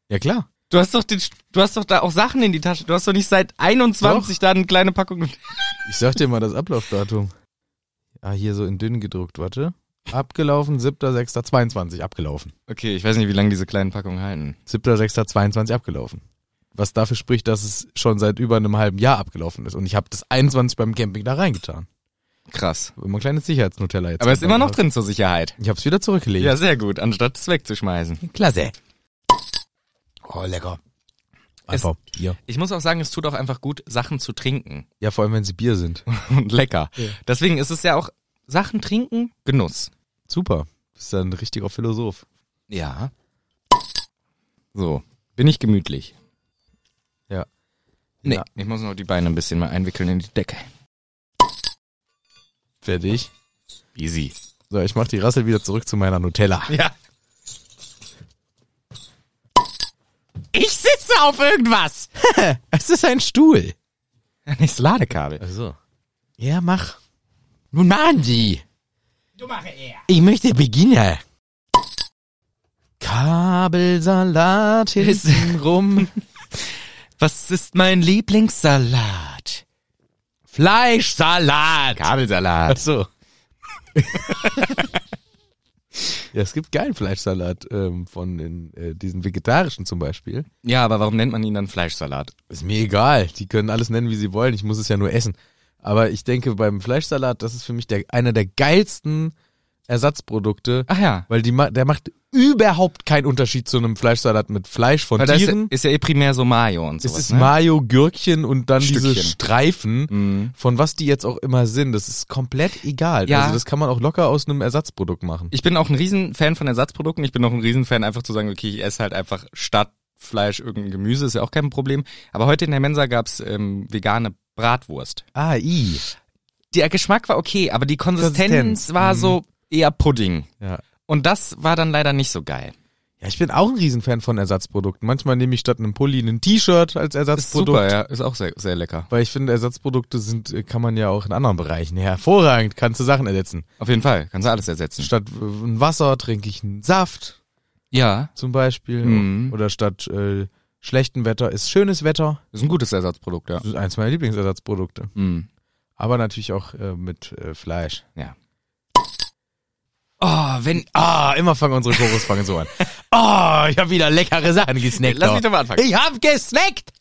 B: Ja, klar.
A: Du hast doch den, du hast doch da auch Sachen in die Tasche. Du hast doch nicht seit 21 da eine kleine Packung. Nutella.
B: Ich sag dir mal das Ablaufdatum. Ah, hier so in dünn gedruckt, warte. Abgelaufen, 7.6.22 abgelaufen.
A: Okay, ich weiß nicht, wie lange diese kleinen Packungen halten.
B: 7.6.22 abgelaufen. Was dafür spricht, dass es schon seit über einem halben Jahr abgelaufen ist. Und ich habe das 21 beim Camping da reingetan.
A: Krass.
B: Immer ein kleines Sicherheitsnutella jetzt.
A: Aber ist immer noch drin zur Sicherheit.
B: Ich habe es wieder zurückgelegt.
A: Ja, sehr gut, anstatt es wegzuschmeißen.
E: Klasse.
B: Oh, lecker. Einfach Bier.
A: Ich muss auch sagen, es tut auch einfach gut, Sachen zu trinken.
B: Ja, vor allem, wenn sie Bier sind.
A: Und lecker. Deswegen ist es ja auch Sachen trinken, Genuss.
B: Super. Bist ja ein richtiger Philosoph.
A: Ja. So, bin ich gemütlich.
B: Ja.
A: Nee,
B: Ja.
A: ich muss noch die Beine ein bisschen mal einwickeln in die Decke.
B: Fertig.
A: Easy.
B: So, ich mach die Rassel wieder zurück zu meiner Nutella.
A: Ja. Ich sitze auf irgendwas.
B: Es ist ein Stuhl.
A: Nicht Ladekabel.
B: Also. Ja, mach. Nun machen Sie.
D: Du mache er.
B: Ich möchte Beginner. Kabelsalat hintenrum.
A: Was ist mein Lieblingssalat?
B: Fleischsalat. Ach
A: Kabelsalat.
B: so. ja, es gibt geilen Fleischsalat ähm, von den, äh, diesen vegetarischen zum Beispiel.
A: Ja, aber warum nennt man ihn dann Fleischsalat?
B: Ist mir egal. Die können alles nennen, wie sie wollen. Ich muss es ja nur essen. Aber ich denke, beim Fleischsalat, das ist für mich der, einer der geilsten Ersatzprodukte,
A: Ach ja.
B: weil die ma der macht überhaupt keinen Unterschied zu einem Fleischsalat mit Fleisch von
A: Weil da ist, ja-
B: Tieren.
A: ist ja eh primär so Mayo und
B: Es
A: sowas.
B: ist
A: ne?
B: Mayo, Gürkchen und dann diese
A: Stückchen.
B: Streifen,
A: Mhm.
B: von was die jetzt auch immer sind. Das ist komplett egal.
A: Ja.
B: Also das kann man auch locker aus einem Ersatzprodukt machen.
A: Ich bin auch ein Riesenfan von Ersatzprodukten. Ich bin auch ein Riesenfan, einfach zu sagen, okay, ich esse halt einfach statt Fleisch irgendein Gemüse, ist ja auch kein Problem. Aber heute in der Mensa gab's ähm, vegane Bratwurst.
B: Ah, i.
A: Der Geschmack war okay, aber die Konsistenz,
B: Konsistenz,
A: war so eher Pudding.
B: Ja.
A: Und das war dann leider nicht so geil.
B: Ja, ich bin auch ein Riesenfan von Ersatzprodukten. Manchmal nehme ich statt einem Pulli ein T-Shirt als
A: Ist
B: Ersatzprodukt.
A: super, ja, ist auch sehr, sehr lecker.
B: Weil ich finde, Ersatzprodukte sind, äh, kann man ja auch in anderen Bereichen hervorragend, kannst du Sachen ersetzen.
A: Auf jeden Fall, kannst du alles ersetzen.
B: Statt äh, ein Wasser trinke ich einen Saft
A: Ja,
B: zum Beispiel.
A: Mhm.
B: Oder statt äh, schlechtem Wetter ist schönes Wetter.
A: ist ein gutes Ersatzprodukt, ja.
B: Das ist eins meiner Lieblingsersatzprodukte.
A: Mhm.
B: Aber natürlich auch äh, mit äh, Fleisch.
A: Ja. Oh, wenn,
B: Ah, immer fangen unsere Chorus fangen so an. Oh, ich habe wieder leckere Sachen gesnackt.
A: Lass mich doch
B: doch.
A: mal anfangen.
B: Ich habe gesnackt.